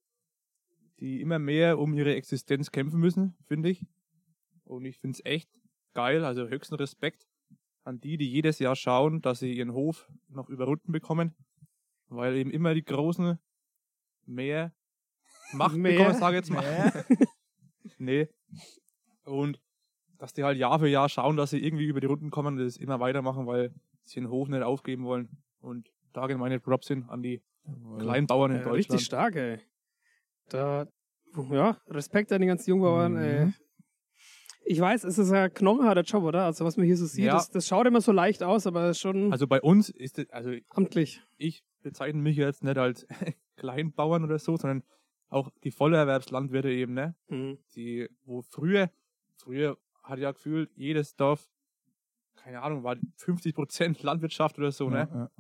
C: die immer mehr um ihre Existenz kämpfen müssen, finde ich. Und ich finde es echt geil, also höchsten Respekt an die, die jedes Jahr schauen, dass sie ihren Hof noch überrunden bekommen, weil eben immer die Großen mehr Macht
A: Mehr?
C: bekommen, sage ich jetzt mal. Nee. Und dass die halt Jahr für Jahr schauen, dass sie irgendwie über die Runden kommen und das immer weitermachen, weil sie den Hof nicht aufgeben wollen. Und da gehen meine Props hin an die kleinen Bauern in
A: Ja,
C: Deutschland.
A: Äh, Richtig stark, ey. Da, ja, Respekt an die ganzen Jungbauern,
B: Mhm.
A: ey. Ich weiß, es ist ja ein knochenharter Job, oder? Also, was man hier so sieht,
C: Ja.
A: das, das schaut immer so leicht aus, aber ist schon
C: Also bei uns ist es, also
A: amtlich.
C: ich bezeichne mich jetzt nicht als Kleinbauern oder so, sondern auch die Vollerwerbslandwirte eben, ne?
A: Mhm.
C: die, wo früher, früher hat ja gefühlt jedes Dorf, keine Ahnung, war 50% Landwirtschaft oder so, ne?
B: Ja,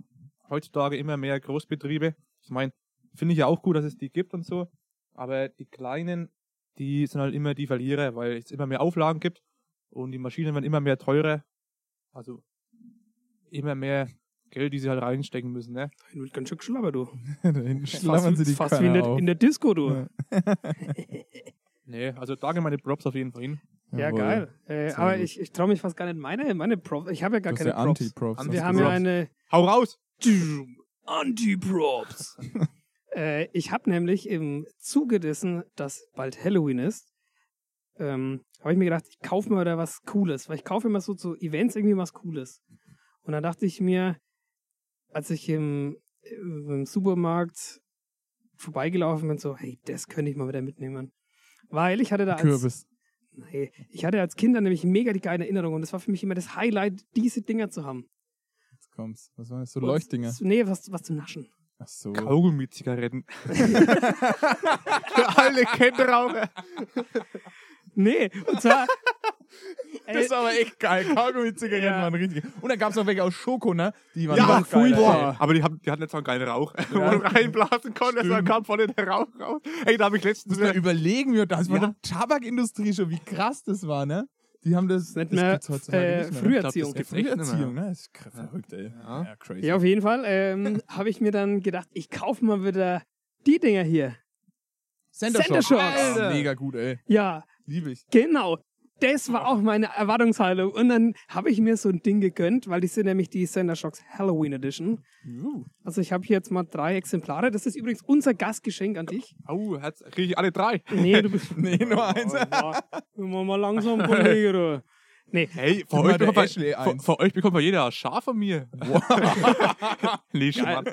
C: heutzutage immer mehr Großbetriebe. Ich meine, finde ich ja auch gut, dass es die gibt und so. Aber die kleinen, die sind halt immer die Verlierer, weil es immer mehr Auflagen gibt und die Maschinen werden immer mehr teurer. Also immer mehr Geld, die sie halt reinstecken müssen. Ne?
A: Du wird ganz schön geschlabbert, du.
B: ja. da hinten schlammern sie die
A: fast wie in
B: Körner
A: der,
B: auf.
A: in der Disco, du.
B: Ja.
A: Ja,
C: Nee, also da gehen meine Props auf jeden Fall hin.
B: Jawohl.
A: geil. Äh,
B: Sehr
A: aber
B: gut.
A: ich, ich traue mich fast gar nicht meine, meine Props. Ich habe ja gar
B: Das ist
A: keine
B: der
A: Props.
B: Anti-Props.
A: Wir
C: Anti-Props.
A: haben ja eine
C: Hau raus!
A: Anti-Props. äh, ich habe nämlich im Zuge dessen, dass bald Halloween ist, ähm, habe ich mir gedacht, ich kaufe mir da was Cooles, weil ich kaufe immer so zu Events irgendwie was Cooles. Und dann dachte ich mir, als ich im, im Supermarkt vorbeigelaufen bin, so, hey, das könnte ich mal wieder mitnehmen. Weil ich hatte da als,
B: Kürbis.
A: Nee, ich hatte als Kind dann nämlich mega die geile Erinnerung und das war für mich immer das Highlight, diese Dinger zu haben.
B: Jetzt kommt's. Was war das? So
A: Und-
B: Leuchtdinger.
A: Nee, was, was zum Naschen.
B: Ach so.
C: Kaugummi-Zigaretten. Für alle Kettenraucher.
A: Nee, und zwar.
B: Das
A: Ey,
B: ist aber echt geil. Kaugummi-Zigaretten
A: Ja.
B: waren richtig. Und dann gab's noch welche aus Schoko, ne? Die waren
C: Ja,
B: noch geiler,
C: boah.
B: ey.
C: Aber die, haben, die hatten jetzt so einen geilen Rauch, wo man reinblasen konnte. Also
B: Stimmt.
C: kam vorne der Rauch raus. Ey, da habe ich letztens
B: Muss man überlegen, wie das war
C: Ja.
B: eine Tabakindustrie schon, wie krass das war, ne? Die haben das,
A: nennt
B: das
A: man,
B: gibt's heutzutage
A: äh,
B: nicht mehr. ne?
A: Früherziehung.
B: Ich glaub, das
C: gibt's echt nicht mehr.
B: Früherziehung, ne? Das ist kr- verrückt, ey.
C: Ja.
B: crazy.
A: Ja, auf jeden Fall ähm, habe ich mir dann gedacht, ich kaufe mal wieder die Dinger hier. Sendershocks.
B: Ah,
C: Alter.
B: mega gut, ey.
A: Ja,
B: Liebe ich.
A: genau. Das war auch meine Erwartungshaltung. Und dann habe ich mir so ein Ding gegönnt, weil die sind nämlich die Sender Shocks Halloween Edition.
B: Juhu.
A: Also ich habe hier jetzt mal drei Exemplare. Das ist übrigens unser Gastgeschenk an dich.
C: Au, hat's- krieg ich alle drei.
A: Nee, du bist... Oh,
B: Nee, nur eins.
A: Immer mal langsam, Kollege, du. Nee,
C: Hey, von
B: Immer der
C: euch, bekommt man,
B: Ashley
C: von,
B: eins.
C: von euch bekommt man jeder ein Schaf von mir. nee, schon
A: Geil.
C: an,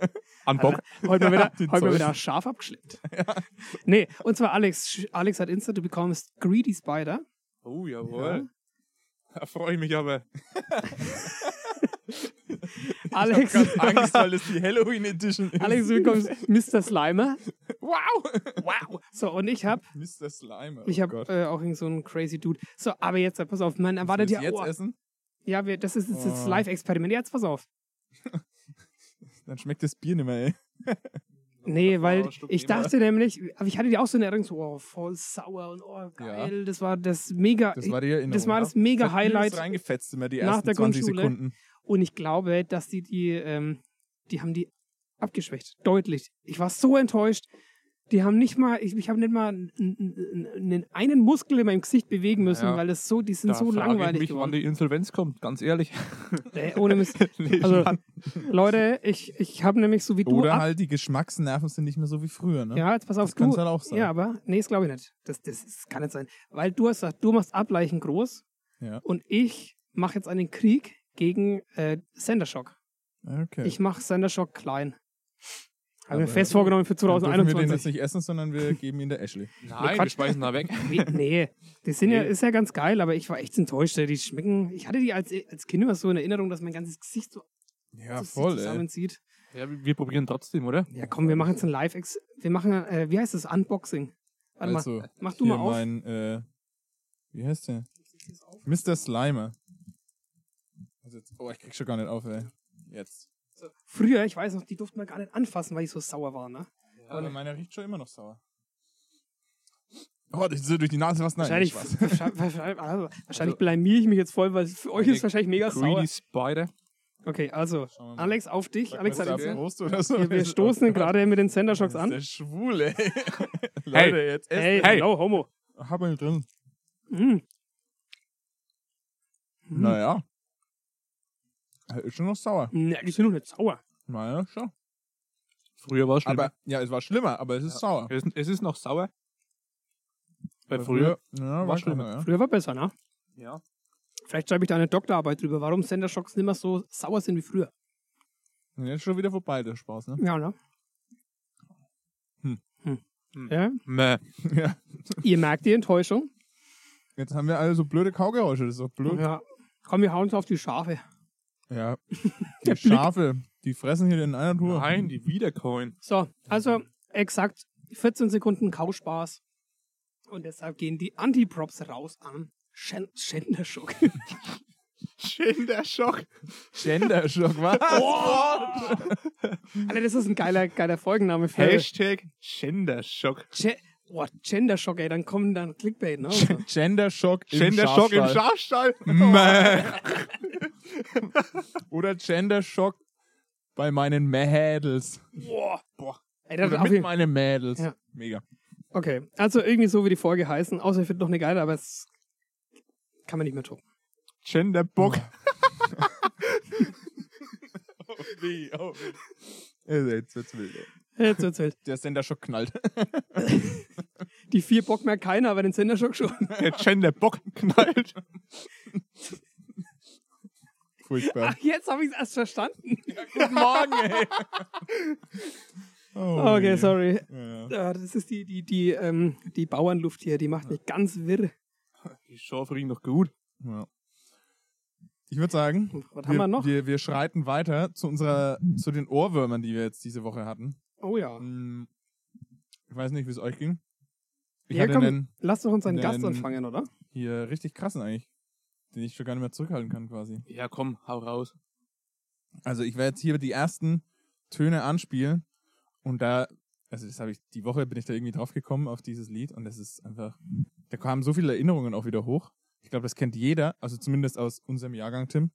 C: an Bock.
A: Heute mal wieder,
B: Den
A: heute mal
B: Zeus.
A: wieder scharf abgeschleppt. Nee, und zwar Alex. Sch- Alex hat Insta, du bekommst Greedy Spider.
C: Oh, jawohl. Da freue ich mich aber.
A: Alex,
B: Angst, weil das die Halloween Edition ist.
A: Alex, du bekommst Mr. Slimer.
B: Wow!
A: Wow. So, und ich habe
B: Mr. Slimer.
A: ich
B: oh
A: hab,
B: Gott.
A: äh, auch irgend so einen crazy Dude. So, aber jetzt, äh, pass auf, man
B: Müssen wir
A: erwartet
B: das
A: ja,
B: jetzt
A: oh,
B: essen?
A: ja, wir, das ist jetzt das
B: Oh.
A: Live-Experiment. Jetzt, pass auf.
B: Dann schmeckt das Bier nicht mehr, ey.
A: Nee,
C: Oh,
A: weil
C: Schluck
B: ne?
A: ich
C: nehmen wir.
A: dachte nämlich, aber ich hatte die auch so in Erinnerung, so, oh, voll sauer und oh, geil. Das war das mega,
B: Das war die Erinnerung.
A: das war
B: ja?
A: das mega
B: hat übelst
A: Highlight.
B: reingefetzt immer die
A: nach
B: ersten
A: der
B: 20
A: Grundschule.
B: Sekunden.
A: Und ich glaube, dass die die, ähm, die haben die abgeschwächt. Deutlich. Ich war so enttäuscht. Die haben nicht mal, ich, ich habe nicht mal n- n- n- einen Muskel in meinem Gesicht bewegen müssen,
C: Ja.
A: weil es so, die sind
C: Da
A: so
C: frag
A: langweilig
C: ich mich, wann
A: geworden.
C: die Insolvenz kommt, ganz ehrlich.
A: Äh, ohne Mist.
C: Nee,
A: Also,
C: Mann.
A: Leute, ich, ich habe nämlich so wie du.
B: Oder
A: ab-
B: halt die Geschmacksnerven sind nicht mehr so wie früher, ne?
A: ja, jetzt pass auf,
B: das kann's
A: du.
B: halt auch sein.
A: Ja, aber, nee, das glaube ich nicht. Das, das, das kann nicht sein. Weil du hast gesagt, du machst Ableichen groß
B: Ja.
A: und ich mache jetzt einen Krieg gegen äh, Sendershock.
B: Okay.
A: Ich mache Sendershock klein. Habe
B: Aber-
A: mir fest vorgenommen für
B: Dann dürfen wir den
A: 2021.
B: jetzt nicht essen, sondern wir geben ihn der Ashley.
C: Nein, wir
A: Quatsch.
C: schmeißen da weg.
A: Wie- Nee, die sind ja,
C: Nee.
A: ist ja ganz geil, aber ich war echt enttäuscht. ey. Die schmecken, ich hatte die als, als Kind immer so in Erinnerung, dass mein ganzes Gesicht so
B: Ja,
A: sich zusammenzieht.
C: Ja, wir, wir probieren trotzdem, oder?
A: Ja, komm, wir machen jetzt ein Live-Ex. Wir machen, äh, wie heißt das? Unboxing. Warte mal,
B: Also,
A: mach du
B: hier
A: mal auf.
B: mein, äh, wie heißt der? Mr. Slimer. Also jetzt, oh, ich krieg schon gar nicht auf, ey. Jetzt.
A: Früher, ich weiß noch, die durften wir gar nicht anfassen, weil die so sauer waren. Ne?
B: Aber meiner riecht schon immer noch sauer. Oh, das ist durch die Nase was? Nein,
A: wahrscheinlich
B: Spaß.
A: wahrscheinlich, wahrscheinlich
B: Also
A: blamier ich mich jetzt voll, weil für euch ist
C: Eine
A: wahrscheinlich mega sauer.
C: Greedy Spider.
A: Okay, also,
B: Schauen wir mal.
A: Alex, auf dich.
B: Sag
A: Alex
B: mal,
A: hat
B: da
A: jetzt
B: Prost oder so.
A: Wir, wir stoßen gerade mit den Sendershocks
B: Das ist
A: an.
B: der Schwule, ey. Leute, jetzt essen.
A: Hey,
C: Hey.
A: hello, Homo.
B: Hab ihn drin.
A: Mm. Mhm.
B: Naja. Er Ist schon noch sauer.
A: Na, die sind doch nicht sauer.
B: Naja, schon.
C: Früher war es schlimmer.
B: Aber, ja, es war schlimmer, aber es ist sauer.
C: es, ist- es ist noch sauer. Bei
B: Weil
C: früher.
B: ja,
C: war
B: war
C: schlimmer.
B: schlimmer, ja.
A: Früher war besser, ne?
C: Ja.
A: Vielleicht schreibe ich da eine Doktorarbeit drüber, warum Sendershocks nicht mehr so sauer sind wie früher.
B: Und jetzt schon wieder vorbei, der Spaß, ne?
A: Ja, ne?
B: Hm.
A: Hm.
C: Hm.
A: Ja?
C: Mäh.
B: ja.
A: Ihr merkt die Enttäuschung.
B: Jetzt haben wir alle so blöde Kaugeräusche, das ist doch blöd.
A: Ja. Komm, wir hauen uns auf die Schafe.
B: Ja. Die Schafe, die fressen hier in einer Tour.
C: Nein, die Wiedercoin.
A: So, also exakt 14 Sekunden Kauspaß. Und deshalb gehen die Anti-Props raus an Schen- Sendershock.
C: Schön der Schock.
B: Genderschock, was?
A: Oh! Alter, das ist ein geiler, geiler Folgenname für
C: Hashtag Genderschock.
A: Ge oh, Gendershock, ey, dann kommen dann Clickbait, ne?
B: Genderschock im
C: Genderschock im
B: Schafstall.
C: Schafstall. Mäh.
B: Oder Genderschock bei meinen Mädels.
A: Boah.
B: Boah.
A: Ey, das
B: Oder
A: auf
B: mit
A: jeden
B: meinen Mädels.
A: Ja.
B: Mega.
A: okay, also irgendwie so wie die Folge heißen, außer ich finde noch eine geile, aber es kann man nicht mehr toppen.
C: Genderbock.
B: Oh, weh, oh, weh. Äh, Jetzt wird's wild. ey.
A: Jetzt wird's wild.
B: Der Senderschock knallt.
A: Die vier Bock merkt keiner, aber den Sendershock schon.
C: Der Genderbock knallt.
B: Furchtbar.
A: Ach, jetzt habe ich es erst verstanden.
B: Guten Morgen, ey. Oh,
A: Okay,
B: je.
A: sorry.
B: Ja.
A: Ah, Das ist die, die, die, ähm, die Bauernluft hier, die macht mich ganz wirr.
C: Die Schafe riechen doch gut.
B: Ja. Ich würde sagen,
A: Was haben
B: wir,
A: wir noch?
B: Wir, wir schreiten weiter zu unserer, zu den Ohrwürmern, die wir jetzt diese Woche hatten.
A: Oh ja.
B: Hm, Ich weiß nicht, wie es euch ging. Ich
A: Ja,
B: hatte
A: komm.
B: einen
A: Lass doch uns einen
B: Denn-
A: Gast anfangen, oder?
B: hier richtig krassen eigentlich, den ich schon gar nicht mehr zurückhalten kann quasi.
C: Ja, komm, hau raus.
B: Also ich werde jetzt hier die ersten Töne anspielen und da, also das habe ich, die Woche bin ich da irgendwie drauf gekommen auf dieses Lied und das ist einfach, da kamen so viele Erinnerungen auch wieder hoch. Ich Ich glaube, das kennt jeder, also zumindest aus unserem Jahrgang, Tim.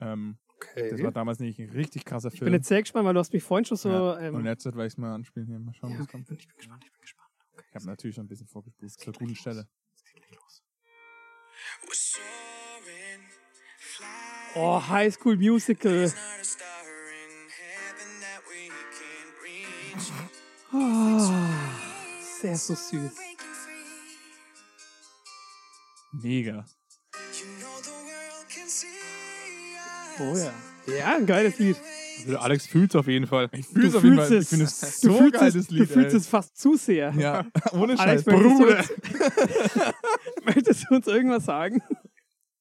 B: Ähm, Das war
D: Okay.
B: damals nämlich ein richtig krasser
A: Ich
B: Film.
A: bin jetzt sehr gespannt, weil du hast mich vorhin schon so.
B: ja.
A: ähm,
B: Und jetzt werde ich es mal anspielen hier. Mal schauen,
A: ja,
B: was
A: okay.
B: kommt.
A: Und ich bin gespannt, ich bin gespannt. Okay.
B: Ich habe natürlich schon ein bisschen vorgespielt. Zur guten Stelle.
A: Oh, High School Musical. Ah, sehr so süß.
B: Mega.
A: Oh ja. Ja, ein geiles Lied.
C: Also der Alex fühlt es auf jeden Fall.
B: Ich
A: Du
B: fühle es auf jeden
A: fühlst
B: Fall. Ich
A: es.
B: finde es
A: Du
B: so
A: fühlst
B: geiles
A: es,
B: Lied.
A: du fühlst
B: ey.
A: es fast zu sehr.
B: Ja, ohne
A: Alex,
B: Scheiß.
A: möchtest du,
B: Bruder.
A: uns, möchtest du uns irgendwas sagen?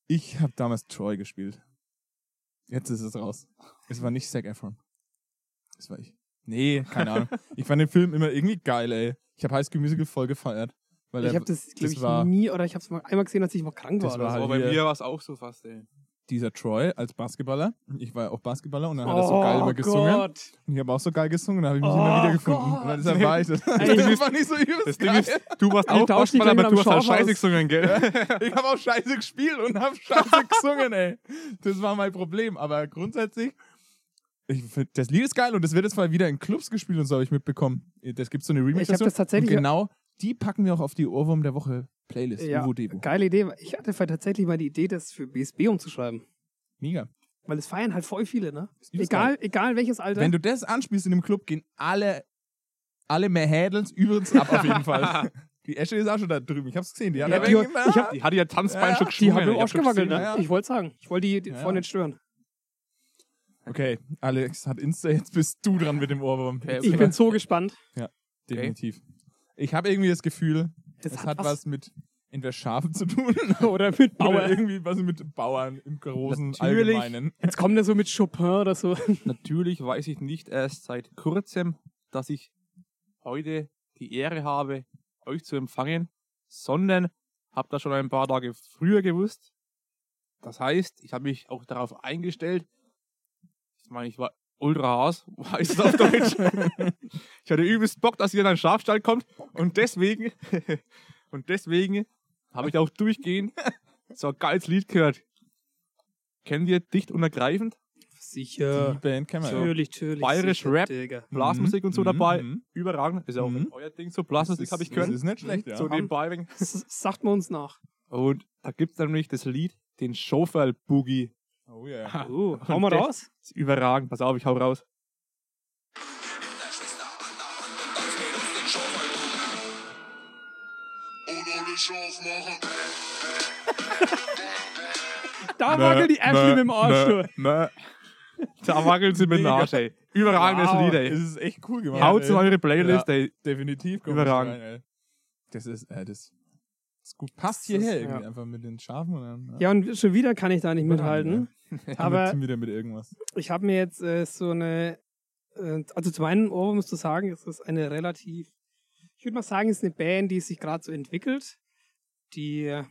B: Ich habe damals Troy gespielt. Jetzt ist es raus. Es war nicht Zac Efron. Es war ich. Nee, keine Ahnung. ich fand den Film immer irgendwie geil, ey. Ich habe High School Musical voll gefeiert. Weil
A: Ich
B: er-
A: habe das, glaube ich,
B: war-
A: nie oder ich habe es mal einmal gesehen, als ich mal krank war.
B: Das
A: oder
B: war
A: so.
B: halt-
C: Aber bei
B: hier-
C: mir war es auch so fast, ey.
B: dieser Troy als Basketballer. Ich war ja auch Basketballer und dann halt, hat er so geil
A: oh
B: immer gesungen.
A: Gott.
B: Und ich habe auch so geil gesungen und dann habe ich mich
A: Oh
B: immer wieder gefunden.
A: Gott.
B: Und dann ist er weich. Das, das war nicht so übelst
C: Das Ding
B: geil.
C: ist, du warst
A: Ihr
C: auch
A: tauscht die
C: Basketballer,
A: gleich
C: aber du
A: mit
C: hast halt
A: am Schauhaus.
C: scheiße gesungen, gell?
B: Ich habe auch scheiße gespielt und habe scheiße gesungen, ey. Das war mein Problem. Aber grundsätzlich, ich find, das Lied ist geil und das wird jetzt mal wieder in Clubs gespielt und so habe ich mitbekommen. Das gibt so eine remix
A: Ich hab das tatsächlich-
B: Und genau, die packen wir auch auf die Ohrwurm der Woche Playlist.
A: Ja,
B: Uvo Devo.
A: geile Idee. Ich hatte tatsächlich mal die Idee, das für BSB umzuschreiben.
B: Mega.
A: Weil es feiern halt voll viele, ne?
B: Ist übelst
A: Egal, egal welches Alter.
B: Wenn du das anspielst in dem Club, gehen alle, alle Mähädels übrigens ab auf jeden Fall. Die Esche ist auch schon da drüben. Ich hab's gesehen. Die hat
A: Ja,
B: da
A: die-
B: wegen-
A: ich hab-
C: Die hatte ja Tanzbein
B: Ja,
C: schon
A: die
C: geschwungen.
A: haben
C: ey.
A: im
C: Ich
A: Arsch
C: schon
A: gewackelt,
C: gesehen.
A: ne?
B: ja.
A: Ich wollte sagen. Ich wollte die, die
B: Ja,
A: vorne
B: ja.
A: nicht stören.
B: okay, Alex hat Insta, jetzt bist du dran mit dem Ohrwurm.
C: Ja,
A: Ich bin so gespannt.
B: Definitiv. Ich habe irgendwie das Gefühl,
A: Das
B: es
A: hat
B: hat
A: was-
B: was, mit entweder Schafen zu tun
A: Oder mit
B: oder
A: Bauer.
B: irgendwie was mit Bauern im großen
C: Natürlich.
B: Allgemeinen.
A: Jetzt kommt er so mit Chopin oder so.
C: Natürlich weiß ich nicht erst seit kurzem, dass ich heute die Ehre habe, euch zu empfangen, sondern habe das schon ein paar Tage früher gewusst. Das heißt, ich habe mich auch darauf eingestellt. Ich meine, ich war ultra Haas, heißt es auf Deutsch. ich hatte übelst Bock, dass ihr in einen Schafstall kommt und deswegen, und deswegen habe ich auch durchgehend so ein geiles Lied gehört. Kennt ihr dicht und ergreifend?
A: Sicher.
B: Die Band kennen wir ja.
A: Natürlich, natürlich.
C: Bayerisch
A: sicher,
C: Rap.
A: Digga.
C: Blasmusik und so
B: Mhm,
C: dabei.
B: mhm.
C: Überragend. Ist ja auch
B: Mhm.
C: euer Ding so.
B: Das
C: Blasmusik
B: ist-
C: habe ich
B: Das
C: gehört.
B: ist
A: Mhm.
B: nicht schlecht, ja.
C: So nebenbei. wegen.
A: Das sagt man uns nach.
C: Und da gibt es nämlich das Lied, den Schofel Boogie.
B: Oh yeah.
A: Oh, hau mal
C: Ah, Und der-
A: raus.
C: Ist überragend. Pass auf, ich hau raus.
A: Da wackelt die Ashley mit dem Arsch. du.
C: Da wackeln sie mit dem
B: Mega.
C: Arsch, ey. Überragendes
A: Wow.
C: Lied,
B: Es
C: ey.
B: ist echt cool gemacht.
C: Haut's in
B: ey.
C: eure Playlist, ey.
B: Definitiv. kommt
C: Überragend.
B: das rein, ey. Das ist, äh, das ist gut. Passt
A: ist-
B: hierher irgendwie
A: ja.
B: einfach mit den Schafen. Und dann,
A: Ja, und schon wieder kann ich da nicht mithalten.
B: ja.
A: aber-
B: Tim wieder mit irgendwas.
A: Ich habe mir jetzt äh, so eine. Äh, also, zum einen, Ohrwurm musst du sagen, es ist eine relativ. Ich würde mal sagen, es ist eine Band, die sich gerade so entwickelt. Die äh,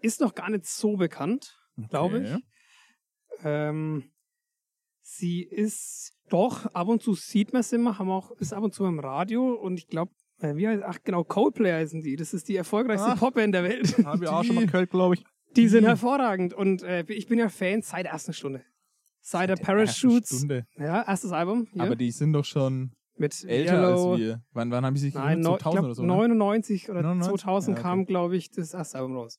A: ist noch gar nicht so bekannt, glaube ich.
B: Okay.
A: Ähm, sie ist doch, ab und zu sieht man sie immer, haben auch, ist ab und zu im Radio und ich glaube, äh, wie heißt, ach genau, Coldplay heißen die. Das ist die erfolgreichste
B: Ach.
A: Popband der Welt.
C: Haben wir auch schon mal gehört, glaube ich.
A: Die
B: Hm.
A: sind hervorragend und äh, ich bin ja Fan seit der ersten Stunde. Seit der
B: Erste
A: Parachutes,
B: Stunde.
A: ja, erstes Album hier,
B: Aber die sind doch schon
A: mit
B: älter
A: Yellow.
B: als wir. Wann, wann haben die sich
A: also, Nein, neu-
B: gegründet?
A: ich
B: 2000
A: glaub,
B: oder so? ne?
A: 99 oder
B: 99?
A: 2000
B: Ja, okay.
A: kam, glaube ich, das erste Album raus.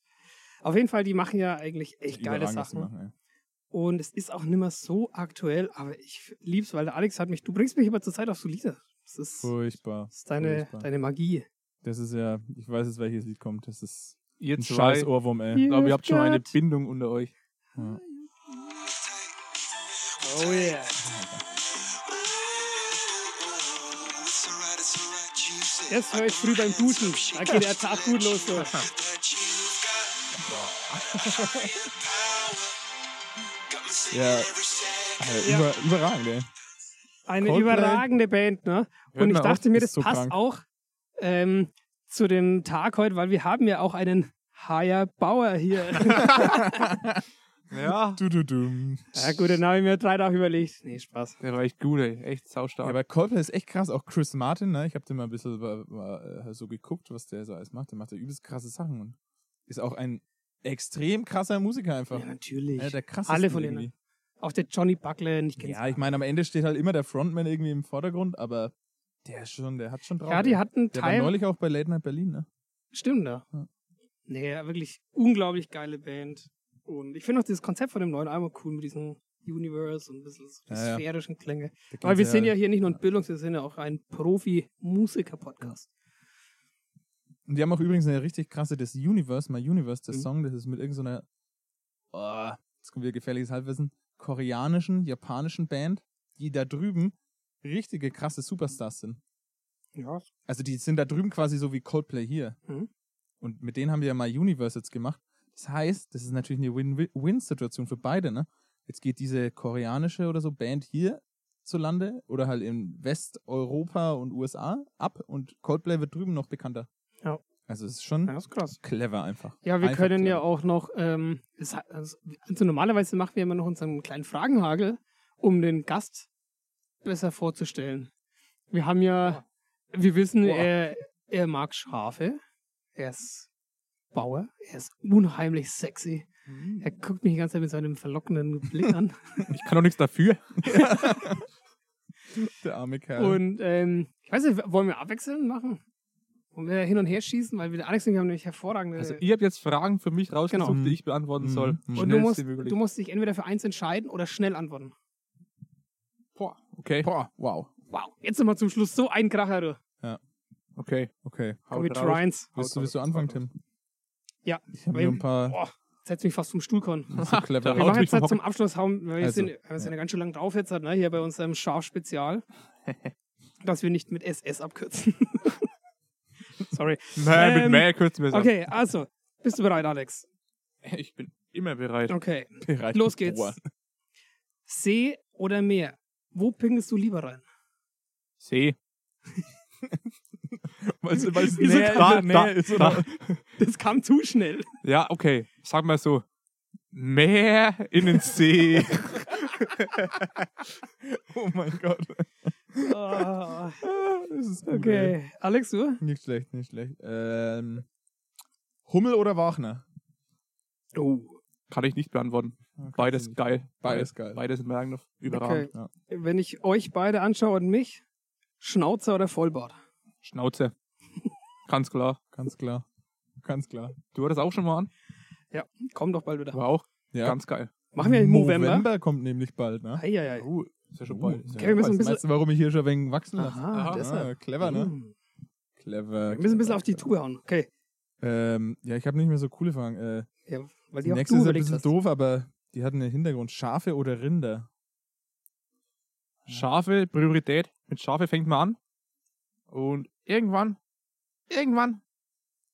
A: Auf jeden Fall, die machen ja eigentlich echt geile
B: Überragend, was die
A: Sachen.
B: machen, ey.
A: Und es ist auch nicht mehr so aktuell, aber ich lieb's, weil der Alex hat mich, du bringst mich immer zur Zeit auf so Lieder. Das ist,
B: Furchtbar.
A: das ist deine,
B: furchtbar.
A: deine Magie.
B: Das ist ja, ich weiß jetzt, welches Lied kommt. Das ist
C: Ihr
B: ein scheiß
C: zwei,
B: Ohrwurm, ey.
C: ich glaube, ihr habt schon eine
A: Gott.
C: Bindung unter euch.
A: Oh yeah. Das höre ich früh beim Duschen. Da geht der Tag gut los. So.
B: Ja, äh,
A: Ja.
B: Über, überragend, ey.
A: Eine
B: Coldplay.
A: überragende Band, ne?
B: Hört
A: Und ich
B: mal auf,
A: dachte mir,
B: ist
A: das
B: so
A: passt
B: krank.
A: auch ähm, zu dem Tag heute, weil wir haben ja auch einen Haier Bauer hier.
C: Ja.
B: Du, du, du.
A: ja gut, dann habe ich mir drei Tage überlegt. Nee, Spaß.
C: Der war echt gut, ey. Echt saustark.
B: Ja, aber Coldplay ist echt krass, auch Chris Martin, ne? Ich habe den mal ein bisschen über, über, äh, so geguckt, was der so alles macht. Der macht ja übelst krasse Sachen und ist auch ein extrem krasser Musiker einfach.
A: Ja, natürlich.
B: Einer der krassesten
A: Alle von
B: irgendwie.
A: denen. ne? Auch der Johnny Buckland, ich kenn's.
B: Ja, ich meine, am Ende steht halt immer der Frontman irgendwie im Vordergrund, aber der ist schon, der hat schon drauf.
A: ja die hatten
B: der war
A: Teil.
B: neulich auch bei Late Night Berlin, ne?
A: Stimmt, ja.
B: Ja.
A: Nee, wirklich unglaublich geile Band. Und ich finde auch dieses Konzept von dem neuen Album cool mit diesem Universe und ein bisschen so die
B: Ja, ja.
A: sphärischen Klänge.
B: Da
A: Weil wir
B: ging's ja-
A: sind ja hier nicht nur ein Bildungs-, wir sind ja auch ein Profi-Musiker-Podcast.
B: Und die haben auch übrigens eine richtig krasse, das Universe, My Universe, der
A: Mhm.
B: Song, das ist mit irgendeiner, so einer, oh, jetzt kommt wieder gefährliches Halbwissen, koreanischen, japanischen Band, die da drüben richtige krasse Superstars sind.
A: Ja.
B: Also die sind da drüben quasi so wie Coldplay hier.
A: Mhm.
B: Und mit denen haben wir ja My Universe jetzt gemacht. Das heißt, das ist natürlich eine Win-Win-Situation für beide, ne? Jetzt geht diese koreanische oder so Band hier zu Lande oder halt in Westeuropa und USA ab und Coldplay wird drüben noch bekannter.
A: Ja.
B: Also es ist schon
A: Ja, ist krass.
B: clever einfach.
A: Ja, wir
B: einfach
A: können ja
B: clever.
A: auch noch, ähm, es hat, also, also normalerweise machen wir immer noch unseren kleinen Fragenhagel, um den Gast besser vorzustellen. Wir haben ja, wir wissen,
B: Boah.
A: er, er mag Schafe, er ist Bauer, er ist unheimlich sexy.
B: Hm.
A: Er guckt mich die ganze Zeit mit seinem verlockenden Blick an.
C: Ich kann doch nichts dafür.
B: Der arme Kerl.
A: Und ähm, ich weiß nicht, wollen wir abwechseln machen? Und wir hin und her schießen, weil wir den Alex und ich haben nämlich hervorragende.
C: Also ihr habt jetzt Fragen für mich rausgesucht,
A: Genau.
C: die ich beantworten
B: Mhm.
C: soll.
B: Und
A: und du
C: Schnellstmöglich.
A: musst, du musst dich entweder für eins entscheiden oder schnell antworten.
C: Boah, okay,
B: Boah, wow.
A: Wow, jetzt nochmal zum Schluss so ein Kracher, du.
C: okay.
B: Okay.
A: Komm, wir tryen's.
B: Willst du,
C: raus,
B: willst du
C: haut
B: anfangen,
C: raus.
B: Tim?
A: Ja.
B: Ich habe
A: Weil-
B: nur ein paar
A: Boah, jetzt hätt's mich fast vom Stuhl gekommen.
B: so clevere
A: Wir
C: haut
A: machen
C: mich
A: jetzt halt
C: vom
A: zum Abschluss, hauen, weil wir
B: Also,
A: sind, wir sind ja ganz schön lang drauf jetzt, halt, ne, hier bei unserem Scharf-Spezial, dass wir nicht mit SS abkürzen. Sorry.
C: Nein, mit
A: Ähm,
C: mehr kürzen wir es ab.
A: Okay, also, bist du bereit, Alex?
C: Ich bin immer bereit.
A: Okay,
B: Bereiche.
A: los geht's.
B: Boah.
A: See oder Meer? Wo pingelst du lieber rein?
C: See.
B: Weil's, weil's
A: Wieso
B: näher,
C: da- da-
B: näher ist,
C: da-
B: oder?
A: Das kam zu schnell.
C: Ja, okay. Sag mal so. Mehr in den See.
B: Oh mein Gott.
A: Ah,
B: Ah, Das ist gut, ey.
A: okay, Alex, du?
B: Nicht schlecht, nicht schlecht. Ähm, Hummel oder Wagner?
A: Oh.
C: Kann ich nicht beantworten. Beides geil.
B: Beides geil.
C: Ah, Beides in Magnum. Überragend.
A: Okay.
B: Ja.
A: Wenn ich euch beide anschaue und mich, Schnauzer oder Vollbart?
C: Schnauze. Ganz klar.
B: Ganz klar. Ganz klar.
C: Du hattest auch schon mal an.
A: Komm doch bald wieder.
C: War auch
B: Ja.
C: ganz geil.
A: Machen wir im November.
B: November kommt nämlich bald, ne?
A: Eieiei.
C: Uh, ist ja schon bald.
A: Okay, wir müssen ein bisschen-
B: Weißt du, warum ich hier schon wegen wachsen lasse?
A: Aha,
B: Ah,
A: deshalb.
B: clever, ne?
A: Hm.
B: Clever.
A: Wir müssen ein bisschen auf die Tour hauen. Okay.
B: Ähm, ja, ich habe nicht mehr so coole Fragen. Äh,
A: Ja, weil
B: die
A: die auch
B: nächste
A: du
B: ist ein
A: überlegt
B: bisschen
A: hast.
B: doof, aber die hatten einen Hintergrund. Schafe oder Rinder?
C: Schafe, Priorität. Mit Schafe fängt man an. Und irgendwann, irgendwann,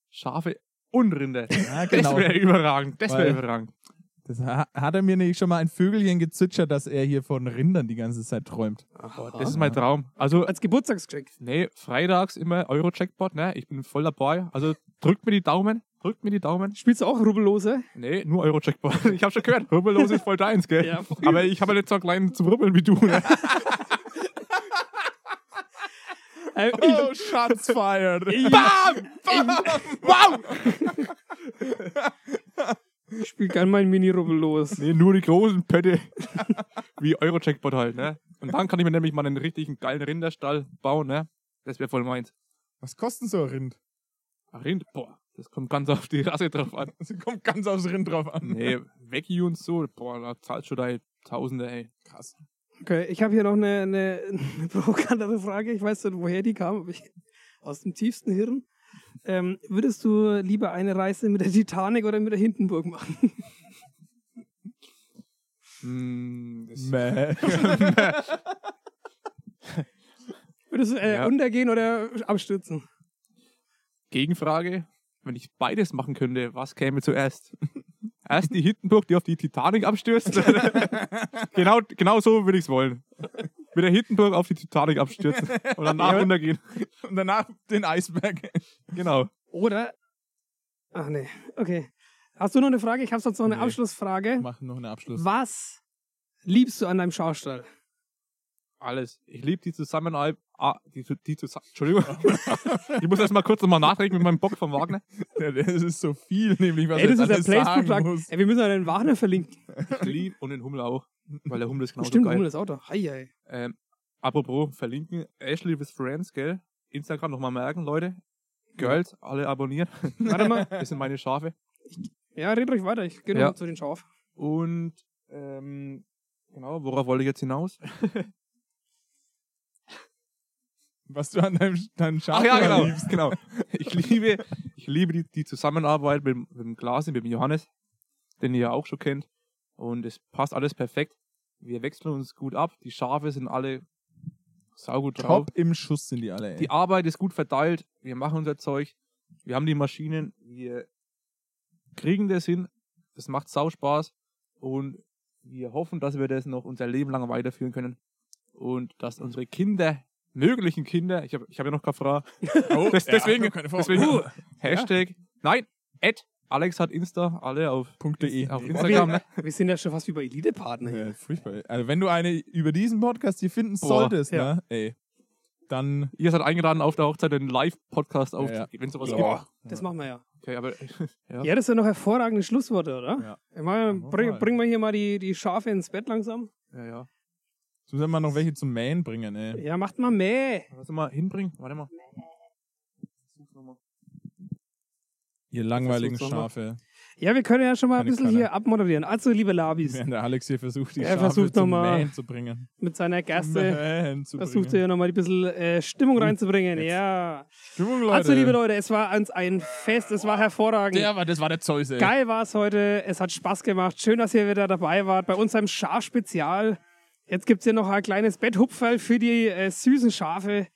C: Schafe und Rinder.
B: Ja,
C: Das wäre überragend. Das wäre
B: Weil-
C: überragend.
B: Ah, genau. Das ha- hat er mir nicht schon mal ein Vögelchen gezwitschert, dass er hier von Rindern die ganze Zeit träumt.
A: Aha.
C: Das ist
B: ne?
C: mein Traum. Also,
A: Als Geburtstagsgeschenk.
C: nee, freitags immer Euro-Checkpot, ne? Ich bin voll dabei. Also, drückt mir die Daumen. Drückt mir die Daumen.
A: Spielst du auch Rubbellose?
C: Nee, nur Euro-Checkpot. Ich habe schon gehört, rubbellos ist voll deins, gell?
A: Ja.
C: Aber ich habe ja nicht so einen kleinen zum Rubbeln wie du. Ne?
A: Äh,
B: Oh, shots fired.
A: ich, ich spiel gern mein Mini-Rubbellos.
C: Nee, nur die großen Pötte. wie Euro-Checkpot halt, ne? Und dann kann ich mir nämlich mal einen richtigen geilen Rinderstall bauen, ne? Das wäre voll meins.
B: Was kostet so ein Rind?
C: Ein Rind, boah, das kommt ganz auf die Rasse drauf an.
B: Das kommt ganz aufs Rind drauf an.
C: Nee, Vecchi und so, boah, da zahlst du deine Tausende, ey.
B: Krass.
A: Okay, ich habe hier noch eine, eine, eine provokantere Frage. Ich weiß nicht, woher die kam, aber ich, aus dem tiefsten Hirn. Ähm, würdest du lieber eine Reise mit der Titanic oder mit der Hindenburg machen?
C: Hm, das
B: Mäh.
A: Würdest du äh,
C: Ja.
A: untergehen oder abstürzen?
C: Gegenfrage, wenn ich beides machen könnte, was käme zuerst? Erst die Hindenburg, die auf die Titanic abstürzt? genau, genau so würde ich es wollen. Mit der Hindenburg auf die Titanic abstürzen und danach
B: Ja.
C: runtergehen.
B: Und danach den Eisberg.
C: Genau.
A: Oder. Ach nee, okay. Hast du noch eine Frage? Ich habe sonst noch eine
B: Nee.
A: Abschlussfrage.
B: Machen noch einen Abschluss.
A: Was liebst du an deinem Schaustall?
C: alles. Ich liebe die Zusammenarbeit. Ah, die, die Zusa Entschuldigung. ich muss erst mal kurz nochmal nachdenken mit meinem Bock von Wagner.
B: Ja, Das ist so viel, nämlich was
A: Ey, das
B: er
A: ist der
B: jetzt alles sagen
A: Placebook-Plug.
B: muss. Genau,
A: Ey, wir müssen an den Wagner verlinken.
C: Ich lieb und den Hummel auch, weil der Hummel ist genauso
A: Stimmt,
C: geil.
A: Hummel ist auch da. Hei, hei.
C: Ähm, apropos verlinken, Ashley with Friends, gell? Instagram nochmal merken, Leute. Girls, alle abonnieren.
A: Warte mal.
C: Das sind meine Schafe.
A: Ja, redet euch weiter. Ich gehe
C: Ja.
A: nochmal zu den Schaf.
C: Und ähm, genau, worauf wollte ich jetzt hinaus?
B: Was du an deinem, deinem Schaf
C: Ach ja, genau.
B: liebst.
C: genau. Ich liebe, ich liebe die, die Zusammenarbeit mit, mit dem Glasi, mit dem Johannes, den ihr ja auch schon kennt. Und es passt alles perfekt. Wir wechseln uns gut ab. Die Schafe sind alle saugut drauf.
B: Top im Schuss sind die alle, ey.
C: Die Arbeit ist gut verteilt. Wir machen unser Zeug. Wir haben die Maschinen. Wir kriegen das hin. Das macht sau Spaß. Und wir hoffen, dass wir das noch unser Leben lang weiterführen können. Und dass unsere Kinder, möglichen Kinder, ich habe ich hab ja noch keine Frage,
B: oh,
C: das- deswegen-
B: ja, Oh, keine Frage.
C: deswegen- Hashtag, nein, at Alex hat Insta, alle auf,
B: .de.
C: auf
A: Oh,
C: Instagram.
A: wir,
C: Ne?
A: wir sind ja schon fast wie bei Elite-Partner. hier.
B: Ja, furchtbar. Also wenn du eine über diesen Podcast hier finden
C: Boah,
B: solltest,
A: ja.
B: ne, ey, dann
C: Ihr seid eingeladen auf der Hochzeit einen Live-Podcast auf,
B: Ja, ja.
C: wenn sowas gibt.
B: Boah.
A: Das machen wir ja.
C: Okay, aber ja.
A: Ja, das sind noch hervorragende Schlussworte, oder?
B: Ja.
A: Ich meine, bring,
B: Nochmal.
A: bringen wir hier mal die, die Schafe ins Bett langsam.
C: Ja, ja.
B: du sollst mal noch welche zum Mähen bringen, ey.
A: Ja, macht mal mehr.
C: Was soll mal hinbringen? Warte mal.
B: Ihr langweiligen
C: Versuch's nochmal.
B: Schafe.
A: Ja, wir können ja schon mal ein
B: Keine
A: bisschen
B: Kanne.
A: hier abmoderieren. Also, liebe Labis,
B: Während der Alex hier versucht, die
A: Er
B: Schafe
A: versucht
B: zum
A: nochmal.
B: Mähen zu bringen.
A: mit seiner Gerste
B: Mähen zu
A: äh, versucht er
B: bringen.
A: ja nochmal ein bisschen äh, Stimmung reinzubringen.
B: jetzt.
A: Ja.
B: Stimmung, Leute.
A: Also, liebe Leute, es war uns ein Fest. Es war hervorragend.
B: Der war, das war der Zeus, ey.
A: Geil war es heute. Es hat Spaß gemacht. Schön, dass ihr wieder dabei wart bei unserem Schafspezial. Jetzt gibt es hier noch ein kleines Betthupferl für die äh, süßen Schafe.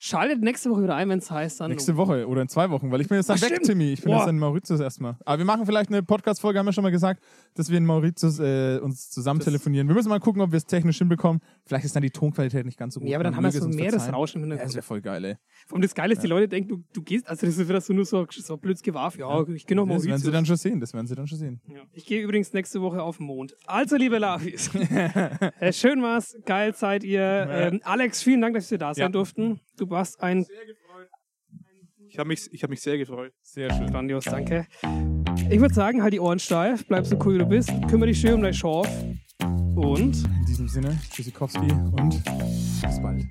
A: Schaltet nächste Woche wieder ein, wenn es heißt. Dann
B: Nächste Woche oder in zwei Wochen, weil ich bin jetzt dann
A: Ach,
B: weg,
A: stimmt.
B: Timmy. Ich bin
A: Boah.
B: jetzt in Mauritius erstmal. Aber wir machen vielleicht eine Podcast-Folge, haben wir schon mal gesagt, dass wir in Mauritius äh, uns zusammen
C: Das-
B: telefonieren. Wir müssen mal gucken, ob wir es technisch hinbekommen. Vielleicht ist dann die Tonqualität nicht ganz so gut.
A: ja, aber dann haben wir
B: möge
A: so
B: es
A: ein
B: uns verzeihen.
A: Meeresrauschen im
B: Ja, das
A: Hintergrund.
B: wäre voll geil, ey.
A: Und das Geile ist, die Leute denken, du, du gehst, also das ist wieder so nur so, so blöd gewarf. Ja, ich gehe noch
B: Das werden
A: Mauritius.
B: sie dann schon sehen, das werden sie dann schon sehen.
A: ja. Ich gehe übrigens nächste Woche auf den Mond. Also, liebe Lafis, äh, schön war's, geil seid ihr. Ähm, Alex, vielen Dank, dass wir da sein
B: Ja.
A: durften. Du warst ein
C: Ich habe mich, ich hab mich sehr gefreut.
B: Sehr schön.
A: Grandios, danke. Ich würde sagen, halt die Ohren steif, bleib so cool wie du bist, kümmere dich schön um dein Schorf und
B: In diesem Sinne, Tschüssikowski und bis bald.